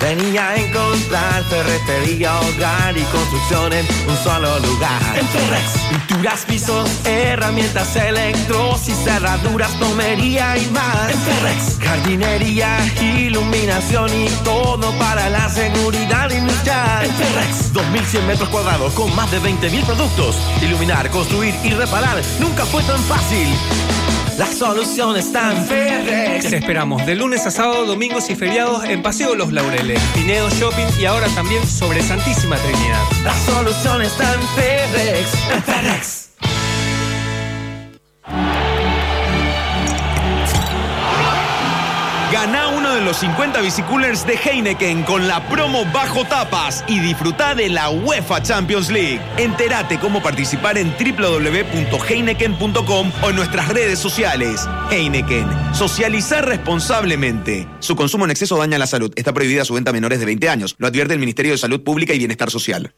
Speaker 11: Venía a encontrar ferretería, hogar y construcción en un solo lugar. En Ferrex. Pinturas, pisos, herramientas, electros y cerraduras, plomería y más. En Ferrex. Jardinería, iluminación y todo para la seguridad industrial. En Ferrex. 2100 metros cuadrados con más de 20.000 productos. Iluminar, construir y reparar nunca fue tan fácil. La solución está en Ferrex.
Speaker 12: Te esperamos de lunes a sábado, domingos y feriados en Paseo Los Laureles, Pinedo Shopping y ahora también sobre Santísima Trinidad.
Speaker 11: La solución está en FedEx. En FedEx.
Speaker 13: Gana uno de los 50 bicicoolers de Heineken con la promo Bajo Tapas y disfruta de la UEFA Champions League. Entérate cómo participar en www.heineken.com o en nuestras redes sociales. Heineken, socializar responsablemente.
Speaker 14: Su consumo en exceso daña la salud. Está prohibida su venta a menores de 20 años. Lo advierte el Ministerio de Salud Pública y Bienestar Social.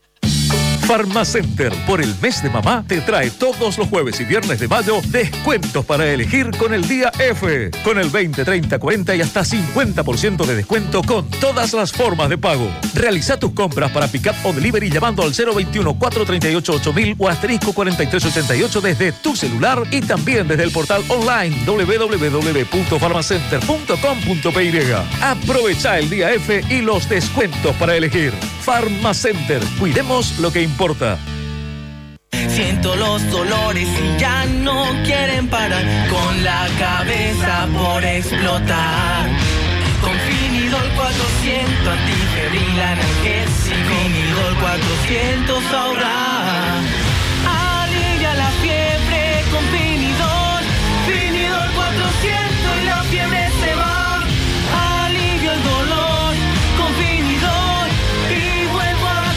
Speaker 9: Farmacenter, por el mes de mamá, te trae todos los jueves y viernes de mayo descuentos para elegir con el día F, con el 20, 30, 40 y hasta 50% de descuento con todas las formas de pago. Realiza tus compras para pick-up o delivery llamando al 021-438-8000 o asterisco 4388 desde tu celular y también desde el portal online www.farmacenter.com.py. Aprovecha el día F y los descuentos para elegir. Farmacenter, cuidemos lo que importa.
Speaker 11: Siento los dolores y ya no quieren parar. Con la cabeza por explotar. Con Finidol 400, antigeril analgésico. Finidol 400 ahora. Alivia la fiebre con Finidol. Finidol 400 y la fiebre se va. Alivio el dolor con Finidol y vuelvo a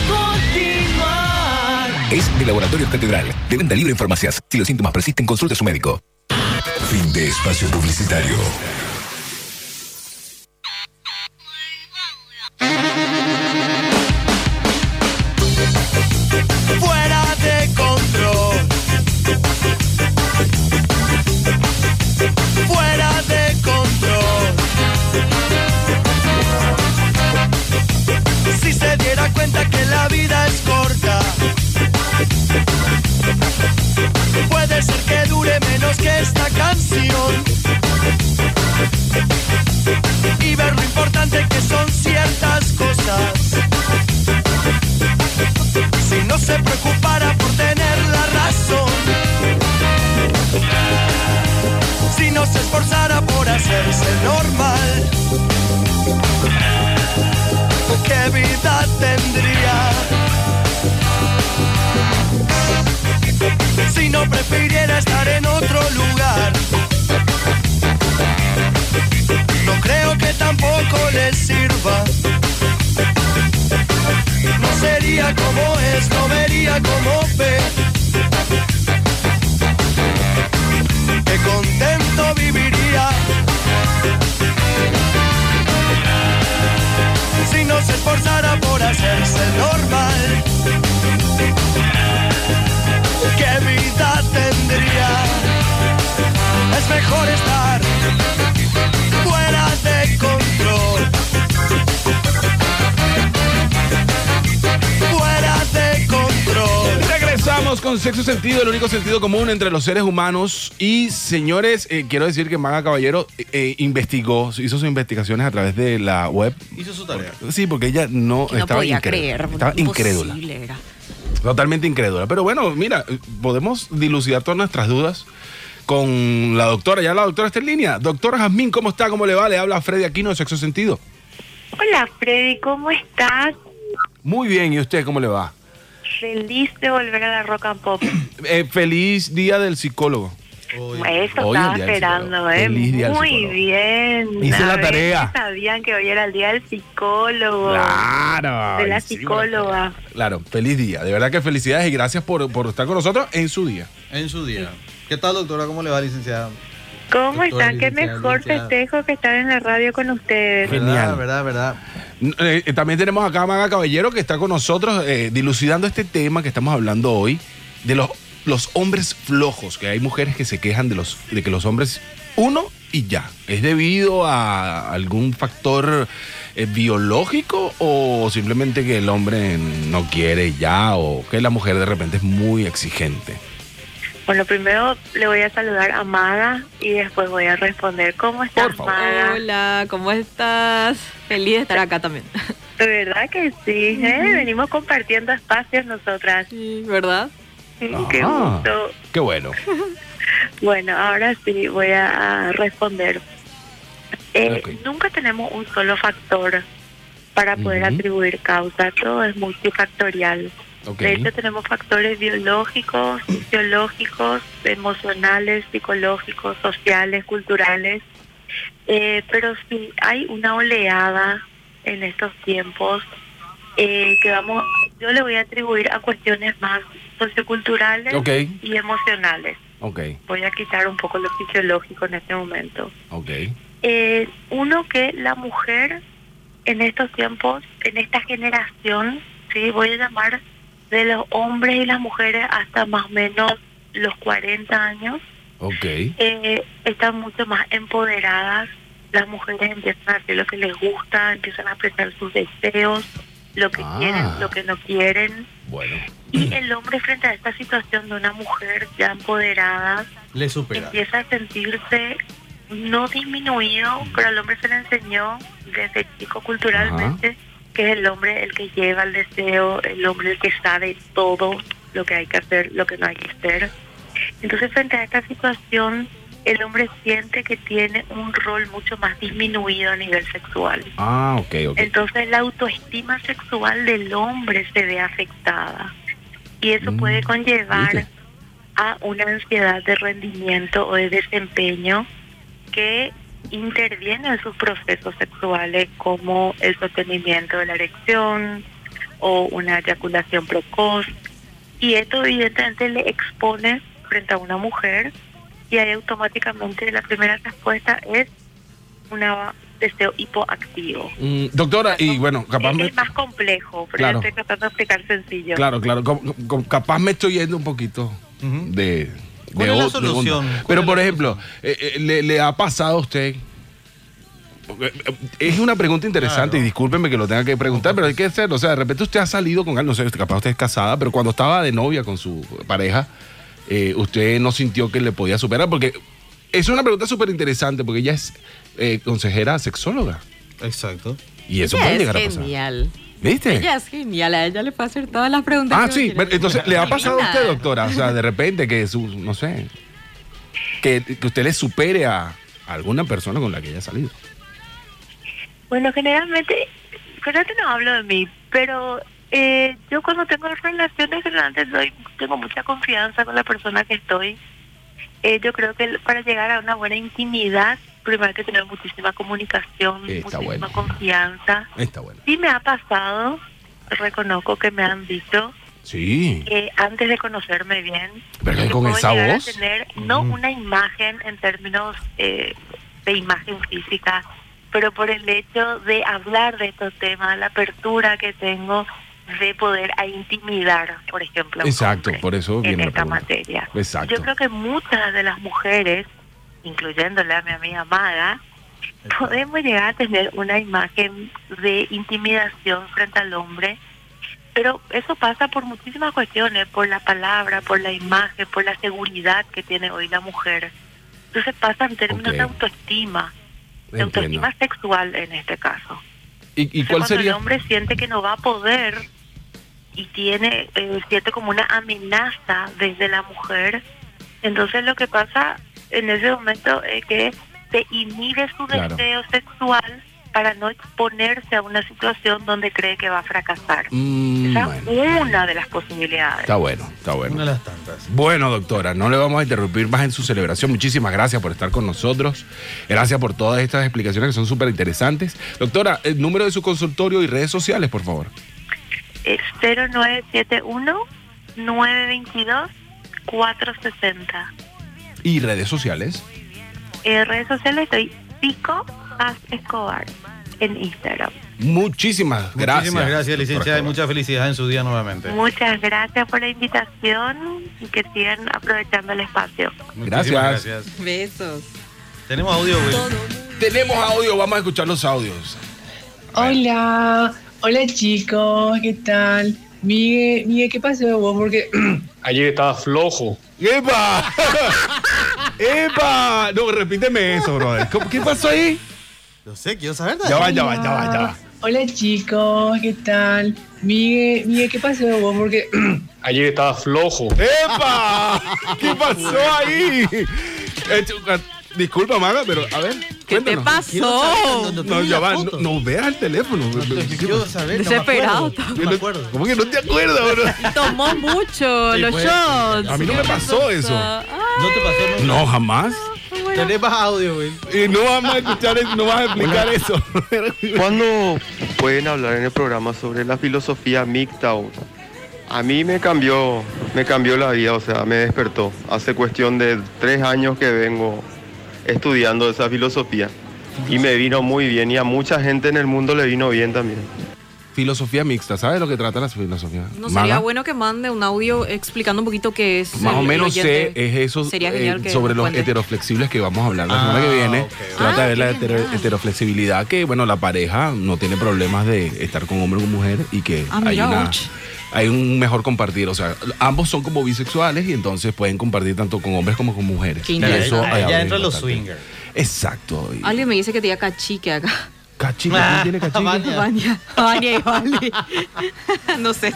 Speaker 11: continuar.
Speaker 15: Es de Laboratorios Catedral, de venta libre en farmacias. Si los síntomas persisten, consulte a su médico.
Speaker 9: Fin de espacio publicitario.
Speaker 11: Fuera de control. Fuera de control. Si se diera cuenta que la vida es corta, puede ser que dure menos que esta canción. Y ver lo importante que son ciertas cosas. Si no se preocupara por tener la razón. Si no se esforzara por hacerse normal. ¿Qué vida tendría? Si no prefiriera estar en otro lugar. No creo que tampoco le sirva. No
Speaker 7: sería como es, no vería como ve. Qué contento viviría. Si no se esforzara por hacerse normal. ¿Qué vida tendría? Es mejor estar fuera de control. Fuera de control.
Speaker 4: Regresamos con sexo sentido, el único sentido común entre los seres humanos. Y señores, eh, quiero decir que Maga Caballero eh, eh, investigó, hizo sus investigaciones a través de la web.
Speaker 3: Hizo su tarea.
Speaker 4: Sí, porque ella no,
Speaker 5: No
Speaker 4: estaba
Speaker 5: podía
Speaker 4: incrédula.
Speaker 5: creer.
Speaker 4: Estaba incrédula.
Speaker 5: imposible era.
Speaker 4: Totalmente incrédula. Pero bueno, mira, podemos dilucidar todas nuestras dudas con la doctora. Ya la doctora está en línea. Doctora Jazmín, ¿cómo está? ¿Cómo le va? Le habla Freddy Aquino de Sexo Sentido.
Speaker 16: Hola Freddy, ¿cómo estás?
Speaker 4: Muy bien, ¿y usted cómo le va?
Speaker 16: Feliz de volver a la Rock and Pop.
Speaker 4: Eh, feliz día del psicólogo.
Speaker 16: Eso
Speaker 4: Hoy el
Speaker 16: estaba
Speaker 4: día del
Speaker 16: esperando,
Speaker 4: psicólogo.
Speaker 16: ¿eh?
Speaker 4: Feliz día del
Speaker 16: Muy bien.
Speaker 4: Hice
Speaker 16: A
Speaker 4: la
Speaker 16: ver,
Speaker 4: tarea.
Speaker 16: Sabían que hoy era el día del psicólogo.
Speaker 4: Claro.
Speaker 16: De la
Speaker 4: Ay, sí,
Speaker 16: psicóloga.
Speaker 4: Claro, feliz día. De verdad que felicidades y gracias por, por estar con nosotros en su día.
Speaker 3: En su día. ¿Qué tal, doctora? ¿Cómo le va, licenciada?
Speaker 16: ¿Cómo
Speaker 3: Doctora,
Speaker 16: están? Qué
Speaker 3: licenciada,
Speaker 16: mejor
Speaker 3: licenciada.
Speaker 16: festejo que estar en la radio con ustedes.
Speaker 4: Genial.
Speaker 3: verdad, verdad.
Speaker 4: Eh, también tenemos acá a Maga Caballero que está con nosotros eh, dilucidando este tema que estamos hablando hoy de los, los hombres flojos, que hay mujeres que se quejan de, los, de que los hombres uno y ya. ¿Es debido a algún factor eh, biológico o simplemente que el hombre no quiere ya o que la mujer de repente es muy exigente?
Speaker 16: Bueno, primero le voy a saludar a Maga y después voy a responder. ¿Cómo estás, Maga?
Speaker 5: Hola, ¿cómo estás? Feliz de estar acá también.
Speaker 16: De verdad que sí, ¿eh?
Speaker 5: Ujú.
Speaker 16: Venimos compartiendo espacios nosotras.
Speaker 5: ¿Verdad?
Speaker 16: qué
Speaker 4: Ah,
Speaker 16: gusto.
Speaker 4: Qué bueno.
Speaker 16: Bueno, ahora sí voy a responder. Eh,
Speaker 4: Ok.
Speaker 16: Nunca tenemos un solo factor para poder atribuir causa, todo es multifactorial.
Speaker 4: Ok.
Speaker 16: De hecho, tenemos factores biológicos, fisiológicos, emocionales, psicológicos, sociales, culturales. Eh, pero sí hay una oleada en estos tiempos eh, que vamos, yo le voy a atribuir a cuestiones más socioculturales
Speaker 4: Ok.
Speaker 16: y emocionales.
Speaker 4: Ok,
Speaker 16: Voy a quitar un poco lo fisiológico en este momento.
Speaker 4: ok.
Speaker 16: Eh, uno que la mujer en estos tiempos, en esta generación, sí, voy a llamar de los hombres y las mujeres hasta más o menos los 40 años,
Speaker 4: Ok.
Speaker 16: eh, están mucho más empoderadas. Las mujeres empiezan a hacer lo que les gusta, empiezan a expresar sus deseos, lo que quieren, lo que no quieren.
Speaker 4: Bueno.
Speaker 16: Y el hombre frente a esta situación de una mujer ya empoderada,
Speaker 3: Le supera.
Speaker 16: empieza a sentirse no disminuido, pero al hombre se le enseñó desde chico culturalmente que es el hombre el que lleva el deseo, el hombre el que sabe todo lo que hay que hacer, lo que no hay que hacer. Entonces frente a esta situación, el hombre siente que tiene un rol mucho más disminuido a nivel sexual.
Speaker 4: Ah, ok, ok.
Speaker 16: Entonces la autoestima sexual del hombre se ve afectada y eso puede conllevar
Speaker 4: ¿viste?
Speaker 16: a una ansiedad de rendimiento o de desempeño que interviene en sus procesos sexuales como el sostenimiento de la erección o una eyaculación precoz y esto evidentemente le expone frente a una mujer y ahí automáticamente la primera respuesta es un deseo hipoactivo.
Speaker 4: Mm, doctora, y bueno, capaz me...
Speaker 16: Es Eh, más complejo, pero
Speaker 4: Claro.
Speaker 16: yo estoy tratando de explicar sencillo.
Speaker 4: Claro, claro. co- co- capaz me estoy yendo un poquito de.
Speaker 3: ¿Cuál
Speaker 4: de
Speaker 3: es la
Speaker 4: o- de
Speaker 3: solución?
Speaker 4: onda.
Speaker 3: ¿Cuál
Speaker 4: Pero,
Speaker 3: es
Speaker 4: por ejemplo, eh, eh, le, le ha pasado a usted? Porque, eh, Es una pregunta interesante y discúlpeme que lo tenga que preguntar, pero hay que hacerlo. O sea, de repente usted ha salido con alguien, no sé, usted- capaz usted es casada, pero cuando estaba de novia con su pareja, eh, usted no sintió que le podía superar, porque es una pregunta súper interesante, porque ella es eh, consejera sexóloga.
Speaker 3: Exacto.
Speaker 4: Y eso
Speaker 5: Ella
Speaker 4: puede
Speaker 5: es
Speaker 4: llegar a pasar.
Speaker 5: genial.
Speaker 4: ¿Viste?
Speaker 5: Ella es genial, a ella le puede hacer todas las preguntas.
Speaker 4: Ah,
Speaker 5: que
Speaker 4: sí,
Speaker 5: vos
Speaker 4: pero
Speaker 5: quieras.
Speaker 4: entonces le ha
Speaker 5: Divina.
Speaker 4: pasado a usted, doctora, o sea, de repente que su, no sé, que, que usted le supere a alguna persona con la que haya salido.
Speaker 16: Bueno, generalmente, generalmente no hablo de mí, pero eh, yo cuando tengo relaciones, generalmente doy- tengo mucha confianza con la persona que estoy. Eh, yo creo que el- para llegar a una buena intimidad, primero hay que tener muchísima comunicación,
Speaker 4: Está
Speaker 16: muchísima
Speaker 4: bueno.
Speaker 16: confianza.
Speaker 4: Está bueno.
Speaker 16: Sí me ha pasado reconozco que me han dicho
Speaker 4: Sí.
Speaker 16: que antes de conocerme bien,
Speaker 4: Pero
Speaker 16: que
Speaker 4: con
Speaker 16: puedo
Speaker 4: esa
Speaker 16: llegar a
Speaker 4: voz. Mm.
Speaker 16: tener no una imagen en términos eh, de imagen física, pero por el hecho de hablar de estos temas, la apertura que tengo de poder a intimidar, por ejemplo, a un
Speaker 4: Exacto,
Speaker 16: hombre
Speaker 4: por eso
Speaker 16: en
Speaker 4: viene la
Speaker 16: esta
Speaker 4: pregunta.
Speaker 16: materia.
Speaker 4: Exacto.
Speaker 16: Yo creo que muchas de las mujeres, incluyéndole a mi amiga Maga, podemos llegar a tener una imagen de intimidación frente al hombre, pero eso pasa por muchísimas cuestiones, por la palabra, por la imagen, por la seguridad que tiene hoy la mujer. Entonces pasa en términos de autoestima, de
Speaker 4: Entiendo.
Speaker 16: autoestima sexual en este caso.
Speaker 4: ¿Y, y cuál
Speaker 16: Entonces, cuando
Speaker 4: sería?
Speaker 16: el hombre siente que no va a poder y tiene eh, siente como una amenaza desde la mujer, entonces lo que pasa en ese momento es que se inhibe su
Speaker 2: Claro.
Speaker 16: deseo sexual para no exponerse a una situación donde cree que va a fracasar.
Speaker 4: Mm,
Speaker 16: Esa
Speaker 4: bueno,
Speaker 16: es una de las posibilidades.
Speaker 4: Está bueno, está bueno. Bueno, doctora, no le vamos a interrumpir más en su celebración. Muchísimas gracias por estar con nosotros. Gracias por todas estas explicaciones que son súper interesantes. Doctora, el número de su consultorio y redes sociales, por favor.
Speaker 16: Es 0971-922-460.
Speaker 4: Y redes sociales.
Speaker 16: En redes sociales estoy Pico As Escobar en Instagram.
Speaker 4: Muchísimas gracias.
Speaker 3: Muchísimas gracias, licenciada, y mucha felicidad en su día nuevamente.
Speaker 16: Muchas gracias por la invitación y que sigan aprovechando el espacio.
Speaker 3: Muchísimas
Speaker 4: Gracias.
Speaker 16: Besos.
Speaker 3: Tenemos audio, Will.
Speaker 4: Tenemos audio, vamos a escuchar los audios.
Speaker 17: Hola, hola chicos, ¿qué tal? Miguel, Miguel, ¿qué pasó vos? Porque
Speaker 18: Ayer estaba flojo.
Speaker 4: ¡Epa! ¡Epa! No, repíteme eso, brother. ¿Cómo- ¿Qué pasó ahí?
Speaker 18: No sé, quiero saber.
Speaker 4: Ya va, ya va, ya va, ya va.
Speaker 17: Hola chicos, ¿qué tal? Miguel, Miguel, ¿qué pasó vos? Porque
Speaker 18: Ayer estaba flojo.
Speaker 4: ¡Epa! ¿Qué pasó ahí? Eh, chu- ah, disculpa, Maga, pero a ver. ¿Qué
Speaker 5: te pasó? Quiero saber, no, no,
Speaker 4: No,
Speaker 5: tengo
Speaker 4: ya
Speaker 5: la
Speaker 4: va, no,
Speaker 5: foto.
Speaker 4: no veas el teléfono.
Speaker 5: quiero saber, no me Desesperado. acuerdo, no me acuerdo.
Speaker 4: ¿Cómo que no te acuerdas, bro?
Speaker 5: Tomó mucho
Speaker 4: Sí,
Speaker 5: los
Speaker 4: pues,
Speaker 5: shots.
Speaker 4: a mí no me
Speaker 5: ¿Qué
Speaker 4: pasó
Speaker 5: cosa?
Speaker 4: eso.
Speaker 5: Ah,
Speaker 3: No te pasó nunca.
Speaker 4: No, jamás.
Speaker 3: Tenemos audio, Will.
Speaker 4: Y no vamos a escuchar eso, no vas a explicar eso.
Speaker 19: ¿Cuándo pueden hablar en el programa sobre la filosofía MGTOW? A mí me cambió, me cambió la vida, o sea, me despertó. Hace cuestión de tres años que vengo estudiando esa filosofía y me vino muy bien y a mucha gente en el mundo le vino bien también.
Speaker 4: Filosofía mixta, ¿sabes lo que trata la filosofía?
Speaker 5: No
Speaker 4: Maga?
Speaker 5: sería bueno que mande un audio explicando un poquito qué es.
Speaker 4: Más
Speaker 5: el-
Speaker 4: o
Speaker 5: el
Speaker 4: menos sé,
Speaker 5: oyente.
Speaker 4: es eso
Speaker 5: Sería
Speaker 4: eh,
Speaker 5: genial que
Speaker 4: sobre
Speaker 5: nos
Speaker 4: los
Speaker 5: cuente.
Speaker 4: heteroflexibles que vamos a hablar la
Speaker 3: Ah,
Speaker 4: semana que viene.
Speaker 3: ok, ok.
Speaker 4: Trata
Speaker 3: Ah,
Speaker 4: de la hetero- heteroflexibilidad, que bueno, la pareja no tiene problemas de estar con hombre o con mujer y que
Speaker 5: Ah,
Speaker 4: hay,
Speaker 5: mira,
Speaker 4: una-
Speaker 5: ouch.
Speaker 4: hay un mejor compartir. O sea, ambos son como bisexuales y entonces pueden compartir tanto con hombres como con mujeres.
Speaker 5: Qué
Speaker 4: Y
Speaker 5: interesante.
Speaker 4: eso
Speaker 5: Ahí
Speaker 4: ahí
Speaker 5: ya
Speaker 4: abre
Speaker 5: entran los
Speaker 4: bastante. Exacto. y-
Speaker 5: Alguien me dice que tenía cachique acá.
Speaker 4: Cachica, ¿quién tiene cachica?
Speaker 5: Vania. Vania y Vali. no sé.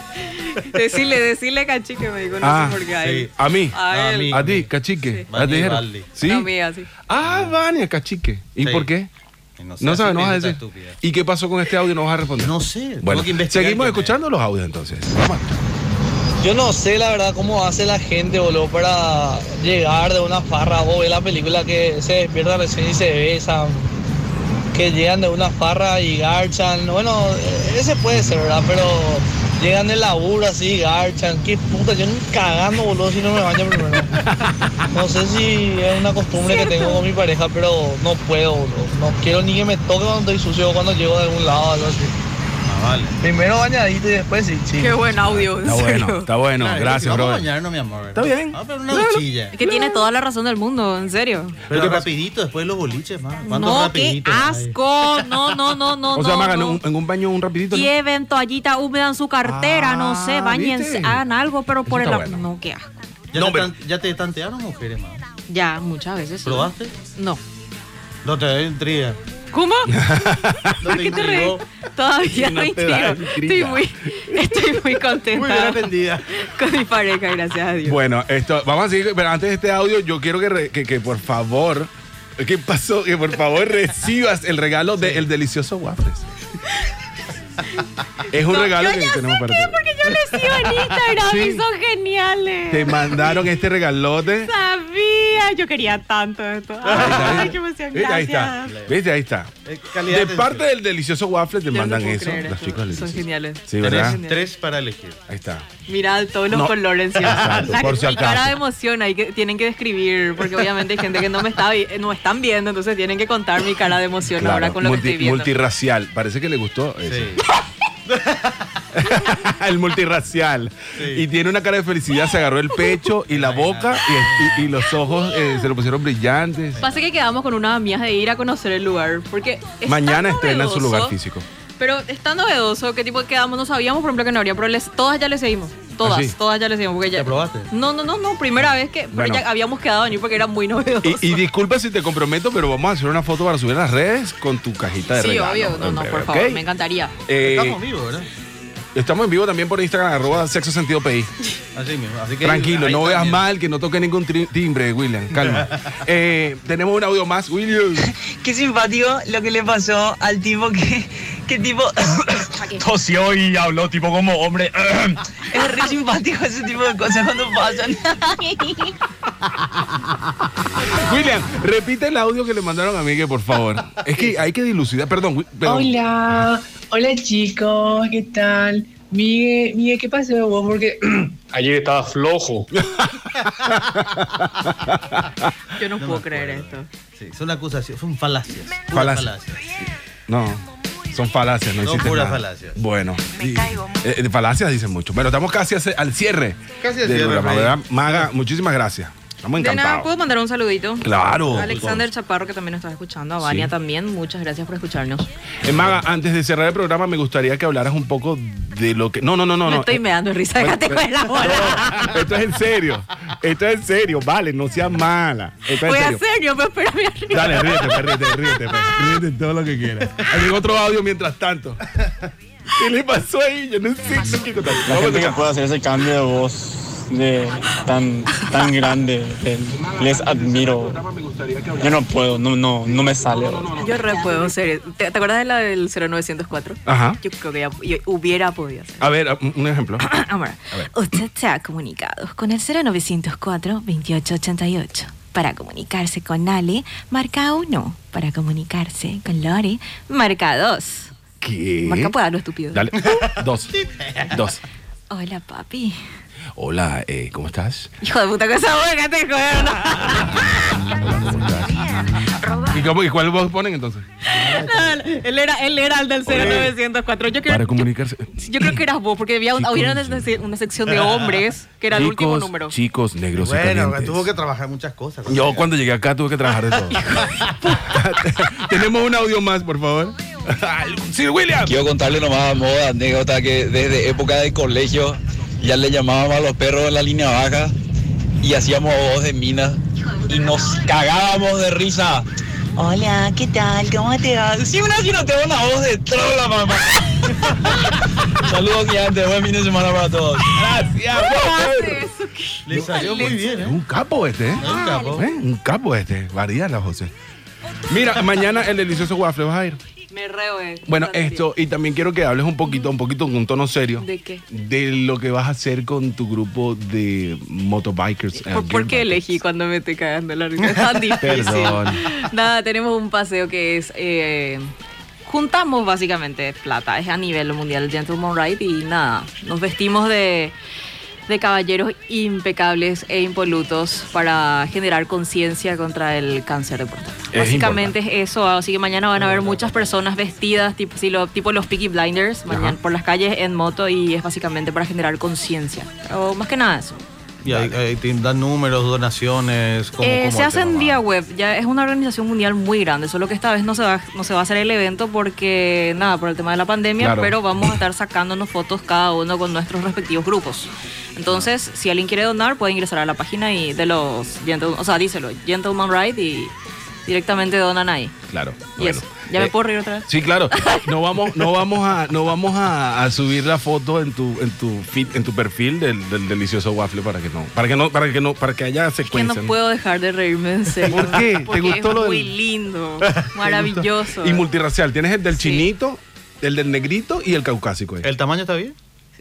Speaker 5: Decirle, decirle cachique, me digo, no
Speaker 4: Ah,
Speaker 5: sé por qué. a él.
Speaker 4: sí. a mí,
Speaker 5: A
Speaker 4: a,
Speaker 5: él.
Speaker 4: ti, cachique, a ti,
Speaker 3: Vania y
Speaker 4: Jero.
Speaker 3: Valdi.
Speaker 4: ¿Sí?
Speaker 5: A mí, así.
Speaker 4: Ah, Vania, cachique. ¿Y
Speaker 3: Sí.
Speaker 4: por qué?
Speaker 3: No,
Speaker 4: No sabes, no vas a
Speaker 3: esta
Speaker 4: decir.
Speaker 3: estúpida.
Speaker 4: ¿Y qué pasó con este audio? ¿No vas a responder? No sé. Bueno,
Speaker 3: tengo que investigar
Speaker 4: seguimos escuchando los audios entonces. Vamos.
Speaker 20: Yo no sé la verdad cómo hace la gente, boludo, para llegar de una farra. Vos ves la película que se despierta recién y se besan. Que llegan de una farra y garchan. Bueno, ese puede ser, ¿verdad? Pero llegan de laburo así y garchan. Qué puta, yo ni cagando, boludo, si no me baño primero. No sé si es una costumbre que tengo con mi pareja, pero no puedo, boludo. No quiero ni que me toque cuando estoy sucio o cuando llego de algún lado o algo así.
Speaker 3: Ah,
Speaker 20: Primero bañadito y después sí, chicos.
Speaker 5: Qué buen audio. en
Speaker 4: Está bueno,
Speaker 5: serio.
Speaker 4: está bueno.
Speaker 3: Claro, si
Speaker 4: Gracias,
Speaker 3: vamos
Speaker 4: bro.
Speaker 3: a bañarnos, mi amor.
Speaker 4: Está bien.
Speaker 3: Ah, pero una
Speaker 5: Claro.
Speaker 3: duchilla.
Speaker 5: Es que tiene toda la razón del mundo, en serio.
Speaker 3: Pero rapidito, después los boliches, man. ¿Cuántos
Speaker 5: No, qué
Speaker 3: rapiditos?
Speaker 5: asco. No, no, no, no.
Speaker 4: O sea,
Speaker 5: no,
Speaker 4: Maga,
Speaker 5: no.
Speaker 4: en un- en un baño, un rapidito. ¿no? Ah,
Speaker 5: Lleven toallita húmeda en su cartera, no sé, bañense,
Speaker 3: ¿viste?
Speaker 5: hagan algo, pero por el
Speaker 3: está
Speaker 5: amor.
Speaker 3: bueno.
Speaker 5: No, qué asco.
Speaker 3: ¿Ya, te tan- ya te tantearon mujeres, man?
Speaker 5: Ya, muchas veces. sí.
Speaker 3: ¿Probaste?
Speaker 5: No.
Speaker 3: No te doy intriga.
Speaker 5: ¿Cómo?
Speaker 3: No te intrigó.
Speaker 5: Todavía
Speaker 3: No
Speaker 5: no,
Speaker 3: te
Speaker 5: intriga.
Speaker 3: da
Speaker 5: Estoy
Speaker 3: intriga.
Speaker 5: muy, estoy muy contenta.
Speaker 3: Muy bien atendida.
Speaker 5: Con mi pareja, gracias a Dios.
Speaker 4: Bueno, esto, vamos a seguir, pero antes de este audio, yo quiero que, re- que, que por favor, ¿qué pasó? Que por favor recibas el regalo del delicioso waffles. Es un
Speaker 5: No,
Speaker 4: regalo
Speaker 5: yo
Speaker 4: que
Speaker 5: ya
Speaker 4: tenemos
Speaker 5: sé
Speaker 4: para
Speaker 5: qué,
Speaker 4: ti.
Speaker 5: porque yo les sigo en Instagram
Speaker 4: Sí.
Speaker 5: y son geniales.
Speaker 4: Te mandaron este regalote.
Speaker 5: Sabía
Speaker 21: yo quería tanto esto.
Speaker 4: Ahí
Speaker 21: Ay,
Speaker 4: está,
Speaker 21: qué emoción,
Speaker 4: ¿Viste? Ahí está.
Speaker 21: gracias.
Speaker 4: ¿Viste? Ahí está. De
Speaker 3: Eh, atención.
Speaker 4: parte del delicioso waffle te
Speaker 5: no
Speaker 4: mandan
Speaker 5: puedo
Speaker 4: eso.
Speaker 5: creer
Speaker 4: Las
Speaker 5: esto.
Speaker 4: chicas le
Speaker 5: Son
Speaker 4: dicen.
Speaker 5: geniales.
Speaker 4: Sí, ¿verdad?
Speaker 5: Tenés
Speaker 3: tres para elegir.
Speaker 4: Ahí está.
Speaker 5: Mirá todos los
Speaker 4: No.
Speaker 5: colores. ¿sí?
Speaker 4: Exacto,
Speaker 5: La
Speaker 4: por si
Speaker 5: mi cara
Speaker 4: acaso.
Speaker 5: de emoción ahí que tienen que describir, porque obviamente hay gente que no me está vi- no están viendo, entonces tienen que contar mi cara de emoción
Speaker 4: Claro,
Speaker 5: ahora con lo
Speaker 4: multi-
Speaker 5: que estoy viendo.
Speaker 4: Multirracial. Parece que le gustó ese. el multirracial. Y tiene una cara de felicidad, se agarró el pecho y la boca y, y- y los ojos eh, se lo pusieron brillantes.
Speaker 5: Pasa que quedamos con unas amigas de ir a conocer el lugar, porque es
Speaker 4: Mañana
Speaker 5: tan
Speaker 4: estrena su lugar
Speaker 5: novedoso,
Speaker 4: físico.
Speaker 5: Pero es tan novedoso que tipo quedamos, no sabíamos por ejemplo que no habría, pero les- todas ya le seguimos. Todas,
Speaker 4: ¿Ah, sí?
Speaker 5: todas ya le seguimos. Porque ya,
Speaker 4: probaste?
Speaker 5: No, no, no, no, primera vez que, pero
Speaker 4: Bueno.
Speaker 5: ya habíamos quedado en ir porque era muy novedoso.
Speaker 4: Y, y disculpa si te comprometo, pero vamos a hacer una foto para subir a las redes con tu cajita de
Speaker 5: sí,
Speaker 4: regalo.
Speaker 5: obvio, no, no, por
Speaker 4: ¿ok?
Speaker 5: favor, me encantaría.
Speaker 4: Eh, Estamos
Speaker 3: vivos, ¿verdad?
Speaker 4: Estamos en vivo también por Instagram, arroba sexo sentido PI.
Speaker 3: Así mismo. Así que
Speaker 4: Tranquilo,
Speaker 3: ahí
Speaker 4: no veas
Speaker 3: también.
Speaker 4: mal, que no toque ningún tri- timbre, William. Calma. Eh, tenemos un audio más, William.
Speaker 22: Qué simpático lo que le pasó al tipo que, que tipo tosió y habló tipo como hombre. es re simpático ese tipo de cosas cuando pasan.
Speaker 4: William, repite el audio que le mandaron a Miguel, por favor. Es que hay que dilucidar. Perdón, Wi- perdón.
Speaker 17: Hola, hola chicos, ¿qué tal? Miguel, Miguel, ¿qué pasó vos? Porque
Speaker 18: Ayer estaba flojo.
Speaker 5: Yo no,
Speaker 3: No
Speaker 5: puedo
Speaker 3: me
Speaker 5: creer esto.
Speaker 3: Sí, son acusaciones, son falacias. puras
Speaker 4: Falacias.
Speaker 3: falacias.
Speaker 4: No, son falacias, no
Speaker 3: Son
Speaker 4: existen
Speaker 3: puras
Speaker 4: nada.
Speaker 3: falacias.
Speaker 4: Bueno, y- eh, de falacias dicen mucho. Bueno, estamos casi hace- al cierre.
Speaker 5: Casi
Speaker 3: al
Speaker 4: del
Speaker 3: cierre,
Speaker 4: programa,
Speaker 3: Freddy.
Speaker 4: ¿verdad? Maga, muchísimas gracias. Estamos
Speaker 5: De nada, pues.
Speaker 4: encantados.
Speaker 5: ¿puedo mandar un saludito?
Speaker 4: Claro.
Speaker 5: A Alexander Chaparro, que también nos está escuchando. A
Speaker 4: Sí.
Speaker 5: Vania también. Muchas gracias por escucharnos.
Speaker 4: Eh, Maga, antes de cerrar el programa, me gustaría que hablaras un poco de lo que. No, no, no, no.
Speaker 5: me
Speaker 4: no.
Speaker 5: estoy
Speaker 4: Eh,
Speaker 5: meando de risa. Déjate
Speaker 4: pero-
Speaker 5: con la bola.
Speaker 4: Esto es en serio. Esto es en serio. Vale, no seas mala. Esto es
Speaker 5: Voy
Speaker 4: en
Speaker 5: a
Speaker 4: serio.
Speaker 5: hacer yo, pero espérame arriba.
Speaker 4: Dale, ríete, pues, ríete, ríete, pues. ríete todo lo que quieras. Ahí Llegó otro audio mientras tanto. ¿Qué le pasó ahí? Yo no sé no quiero contar.
Speaker 23: La gente
Speaker 4: Vamos a
Speaker 23: que
Speaker 4: escuchar.
Speaker 23: puede hacer ese cambio de voz de tan, tan grande, de- les admiro. Yo no puedo, no, no, no me sale.
Speaker 5: Yo re puedo, en serio. ¿Te, te acuerdas de la del 0904?
Speaker 23: Ajá.
Speaker 5: Yo creo que ya yo hubiera podido hacer.
Speaker 4: A ver, un- un ejemplo.
Speaker 5: Amor, usted se ha comunicado con el 0904-2888. Para comunicarse con Ale, marca 1. Para comunicarse con Lore, marca 2.
Speaker 4: ¿Qué?
Speaker 5: Marca pueda lo estúpido.
Speaker 4: Dale. Dos. Dos.
Speaker 5: Hola, papi.
Speaker 4: Hola, eh, ¿cómo estás?
Speaker 5: Hijo de puta, que esa boca te joder.
Speaker 4: ¿Y, cómo, y cuál voz ponen entonces?
Speaker 5: él, era, él era el del 0904. Yo creo,
Speaker 4: Para comunicarse.
Speaker 5: yo creo que eras vos, porque había, un- había una, una sección de hombres que era el último
Speaker 4: Ah, Chicos,
Speaker 5: número.
Speaker 4: Chicos, negros y
Speaker 3: Bueno,
Speaker 4: calientes.
Speaker 3: tuvo que trabajar muchas cosas.
Speaker 4: Yo cuando llegué acá tuve que trabajar de todo. Tenemos un audio más, por favor. Sir William.
Speaker 24: Quiero contarle nomás a moda anécdota que desde época de colegio ya le llamábamos a los perros en la línea baja y hacíamos voz de mina y nos cagábamos de risa.
Speaker 22: Hola, ¿qué tal? ¿Cómo te va? Sí, una si no te va una voz de trola, mamá.
Speaker 24: Saludos gigantes, buen fin de semana para todos.
Speaker 4: Gracias,
Speaker 3: Le salió muy bien, ¿eh?
Speaker 4: Un capo este, ¿eh?
Speaker 3: Un capo.
Speaker 4: ¿Eh? Un capo este. Varía la José. Mira, mañana el delicioso waffle vas a ir.
Speaker 5: Me reo, eh.
Speaker 4: Bueno, esto, y también quiero que hables un poquito, un poquito con un tono serio.
Speaker 5: ¿De qué?
Speaker 4: De lo que vas a hacer con tu grupo de motobikers. and
Speaker 5: ¿Por, por qué elegí cuando me estoy cagando la risa? Es tan difícil.
Speaker 4: Perdón.
Speaker 5: Nada, tenemos un paseo que es. eh, juntamos básicamente plata. Es a nivel mundial Gentleman Ride y nada. Nos vestimos de, de caballeros impecables e impolutos para generar conciencia contra el cáncer de próstata.
Speaker 24: Es
Speaker 5: básicamente es eso. Así que mañana van a ver muchas personas vestidas, tipo, sí, lo- tipo los Peaky Blinders, mañana por las calles en moto y es básicamente para generar conciencia. O más que nada eso.
Speaker 3: Y ahí, ahí te dan números, donaciones. ¿cómo-
Speaker 5: Eh,
Speaker 3: cómo
Speaker 5: se
Speaker 3: el
Speaker 5: hace
Speaker 3: tema
Speaker 5: en
Speaker 3: va?
Speaker 5: vía web, ya es una organización mundial muy grande, solo que esta vez no se va, no se va a hacer el evento porque nada, por el tema de la pandemia,
Speaker 24: Claro.
Speaker 5: pero vamos a estar sacándonos fotos cada uno con nuestros respectivos grupos. Entonces,
Speaker 4: Ah.
Speaker 5: si alguien quiere donar, puede ingresar a la página y de los Gentle- o sea, díselo, Gentleman Ride y directamente donan ahí.
Speaker 4: Claro.
Speaker 5: Y eso. ¿Ya me
Speaker 4: Eh,
Speaker 5: puedo reír otra vez?
Speaker 4: Sí, claro. No vamos, no vamos a, no vamos a, a subir la foto en tu, en tu feed, en tu perfil del, del delicioso waffle para que no, para que no, para que no, para que haya
Speaker 5: Que no
Speaker 4: secuencia. ¿no?
Speaker 5: puedo dejar de reírme en serio.
Speaker 4: ¿Por qué? ¿Te
Speaker 5: Porque
Speaker 4: gustó
Speaker 5: es
Speaker 4: lo del-
Speaker 5: muy lindo, maravilloso.
Speaker 4: Y multirracial. Tienes el del chinito, el del negrito y el caucásico. ¿El
Speaker 3: tamaño está bien?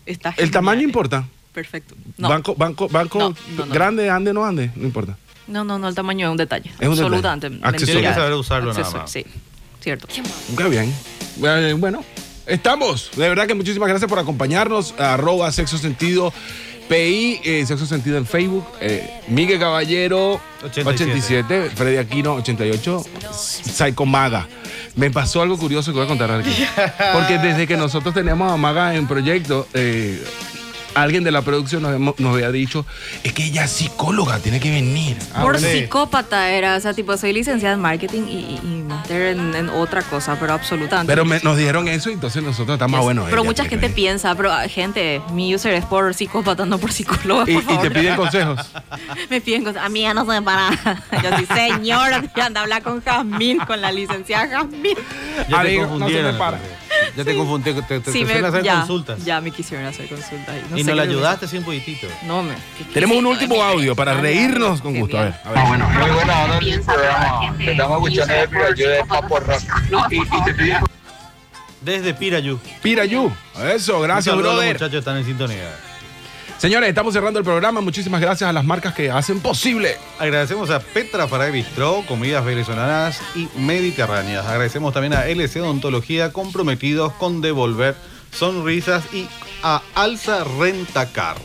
Speaker 5: Está
Speaker 4: El tamaño importa.
Speaker 5: perfecto. No.
Speaker 4: Banco, banco, banco
Speaker 5: No, no, no.
Speaker 4: grande, ande, no ande, no importa.
Speaker 5: No, no, no, el tamaño es un detalle.
Speaker 4: Es un detalle.
Speaker 5: Absolutamente.
Speaker 4: Accesorio.
Speaker 5: mentira.
Speaker 4: Hay que saber usarlo nada
Speaker 5: Accesorio,
Speaker 4: más.
Speaker 5: Sí, cierto.
Speaker 4: Nunca bien. Eh, Bueno, estamos. De verdad que muchísimas gracias por acompañarnos. Arroba Sexo Sentido. PI, eh, Sexo Sentido en Facebook. eh, Miguel Caballero, 87. Freddy Aquino, 88. Psycho Maga. Me pasó algo curioso que voy a contar aquí. Porque desde que nosotros teníamos a Maga en proyecto, eh, alguien de la producción nos, hemos- nos había dicho: es que ella es psicóloga, tiene que venir. Ah,
Speaker 5: Por
Speaker 4: bueno.
Speaker 5: psicópata era, o sea, tipo, soy licenciada en marketing y, y- y máster en, en otra cosa, pero absolutamente.
Speaker 4: Pero me- nos dijeron eso y entonces nosotros estamos ah, bueno.
Speaker 5: Pero
Speaker 4: ella
Speaker 5: mucha
Speaker 4: tiene que
Speaker 5: gente piensa, pero ah, gente, mi user es por psicópata, no por psicóloga.
Speaker 4: Y,
Speaker 5: por
Speaker 4: y
Speaker 5: favor.
Speaker 4: te piden consejos.
Speaker 5: Me piden cosas. A mí ya no se me para. Yo sí, señora, te anda a hablar con Jazmín, con la licenciada Jazmín.
Speaker 3: Ya te
Speaker 4: Amigo, no se
Speaker 3: confundieron.
Speaker 4: me para.
Speaker 3: Ya te confundí, te, te, te
Speaker 5: Sí,
Speaker 3: suelen hacer
Speaker 5: ya,
Speaker 3: consultas.
Speaker 5: Ya me quisieron hacer consultas. y
Speaker 3: y
Speaker 5: sé
Speaker 3: no le
Speaker 5: qué me
Speaker 3: ayudaste sin puntito.
Speaker 5: No, me.
Speaker 4: Tenemos un último audio para reírnos con gusto. A ver,
Speaker 3: Ah,
Speaker 4: a ver.
Speaker 24: Muy buena onda el programa. Te estamos escuchando de Pirayú de Papo Rock. Y, y te pido
Speaker 3: Desde Pirayu.
Speaker 4: Pirayu. Eso, gracias,
Speaker 3: Un saludo a los
Speaker 4: brother.
Speaker 3: muchachos están en sintonía.
Speaker 4: Señores, estamos cerrando el programa. Muchísimas gracias a las marcas que hacen posible.
Speaker 3: Agradecemos a Petra Faray Bistró, comidas venezolanas y mediterráneas. Agradecemos también a LC Odontología, comprometidos con devolver sonrisas y a Alza Rentacar.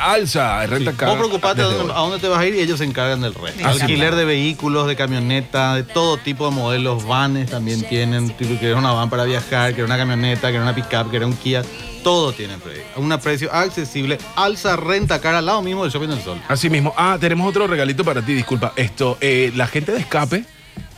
Speaker 4: Alza Rentacar.
Speaker 3: Vos preocupate a
Speaker 4: desde
Speaker 3: dónde,
Speaker 4: hoy.
Speaker 3: a dónde te vas a ir y ellos se encargan del resto.
Speaker 4: Ah, Así
Speaker 3: Alquiler
Speaker 4: es.
Speaker 3: de vehículos, de camionetas, de todo tipo de modelos, vanes también tienen. Tipo, que una van para viajar, que una camioneta, que una pickup, que un Kia. Todo tienen pre- a un precio accesible. Alza Rentacar al lado mismo del Shopping del Sol.
Speaker 4: Así mismo. Ah, tenemos otro regalito para ti. Disculpa. Esto, eh, la gente de Escape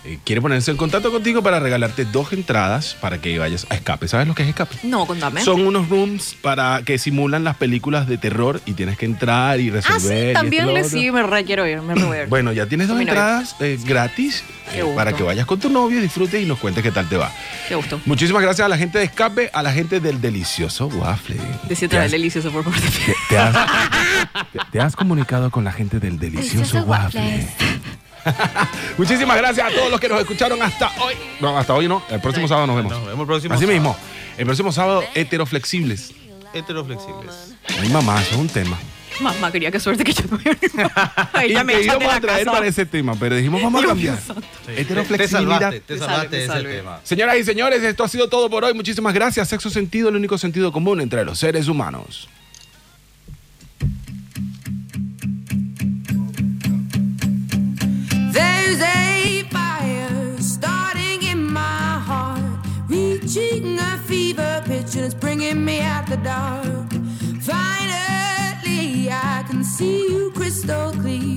Speaker 4: eh, quiere ponerse en contacto contigo para regalarte dos entradas para que vayas a Escape. ¿Sabes lo que es Escape?
Speaker 5: No, contame.
Speaker 4: Son unos rooms para que simulan las películas de terror y tienes que entrar y resolver.
Speaker 5: Ah,
Speaker 4: y
Speaker 5: sí,
Speaker 4: esto y
Speaker 5: también
Speaker 4: lo
Speaker 5: le
Speaker 4: otro.
Speaker 5: sí, me re quiero ir, me re voy a ir.
Speaker 4: Bueno, ya tienes dos
Speaker 5: Con mi novio.
Speaker 4: entradas eh, gratis
Speaker 5: Qué
Speaker 4: eh,
Speaker 5: gusto.
Speaker 4: para que vayas con tu novio, disfrutes y nos cuentes qué tal te va.
Speaker 5: Qué gusto.
Speaker 4: Muchísimas gracias a la gente de Escape, a la gente del delicioso waffle.
Speaker 5: Decía otra vez delicioso, por favor.
Speaker 4: Te, te has, te- te has comunicado con la gente del delicioso waffle. Muchísimas gracias a todos los que nos escucharon hasta hoy. No, hasta hoy no. El próximo sábado nos vemos.
Speaker 3: Nos vemos el próximo
Speaker 4: Así
Speaker 3: sábado.
Speaker 4: mismo. El próximo sábado, heteroflexibles.
Speaker 3: Heteroflexibles.
Speaker 4: Ay, mamá, eso es un tema.
Speaker 5: Mamá, quería que suerte que yo no
Speaker 4: Y
Speaker 5: Ella me
Speaker 4: te
Speaker 5: echan
Speaker 4: íbamos
Speaker 5: de la
Speaker 4: a traer
Speaker 5: casa.
Speaker 4: para ese tema, pero dijimos, vamos a
Speaker 5: Dios
Speaker 4: cambiar.
Speaker 3: Te
Speaker 4: Heteroflexibilidad.
Speaker 3: salvaste, te salvaste de ese tema.
Speaker 4: Señoras y señores, esto ha sido todo por hoy. Muchísimas gracias. Sexo sentido, el único sentido común entre los seres humanos.
Speaker 1: There's a fire starting in my heart, reaching a fever pitch, and it's bringing me out the dark. Finally, I can see you crystal clear.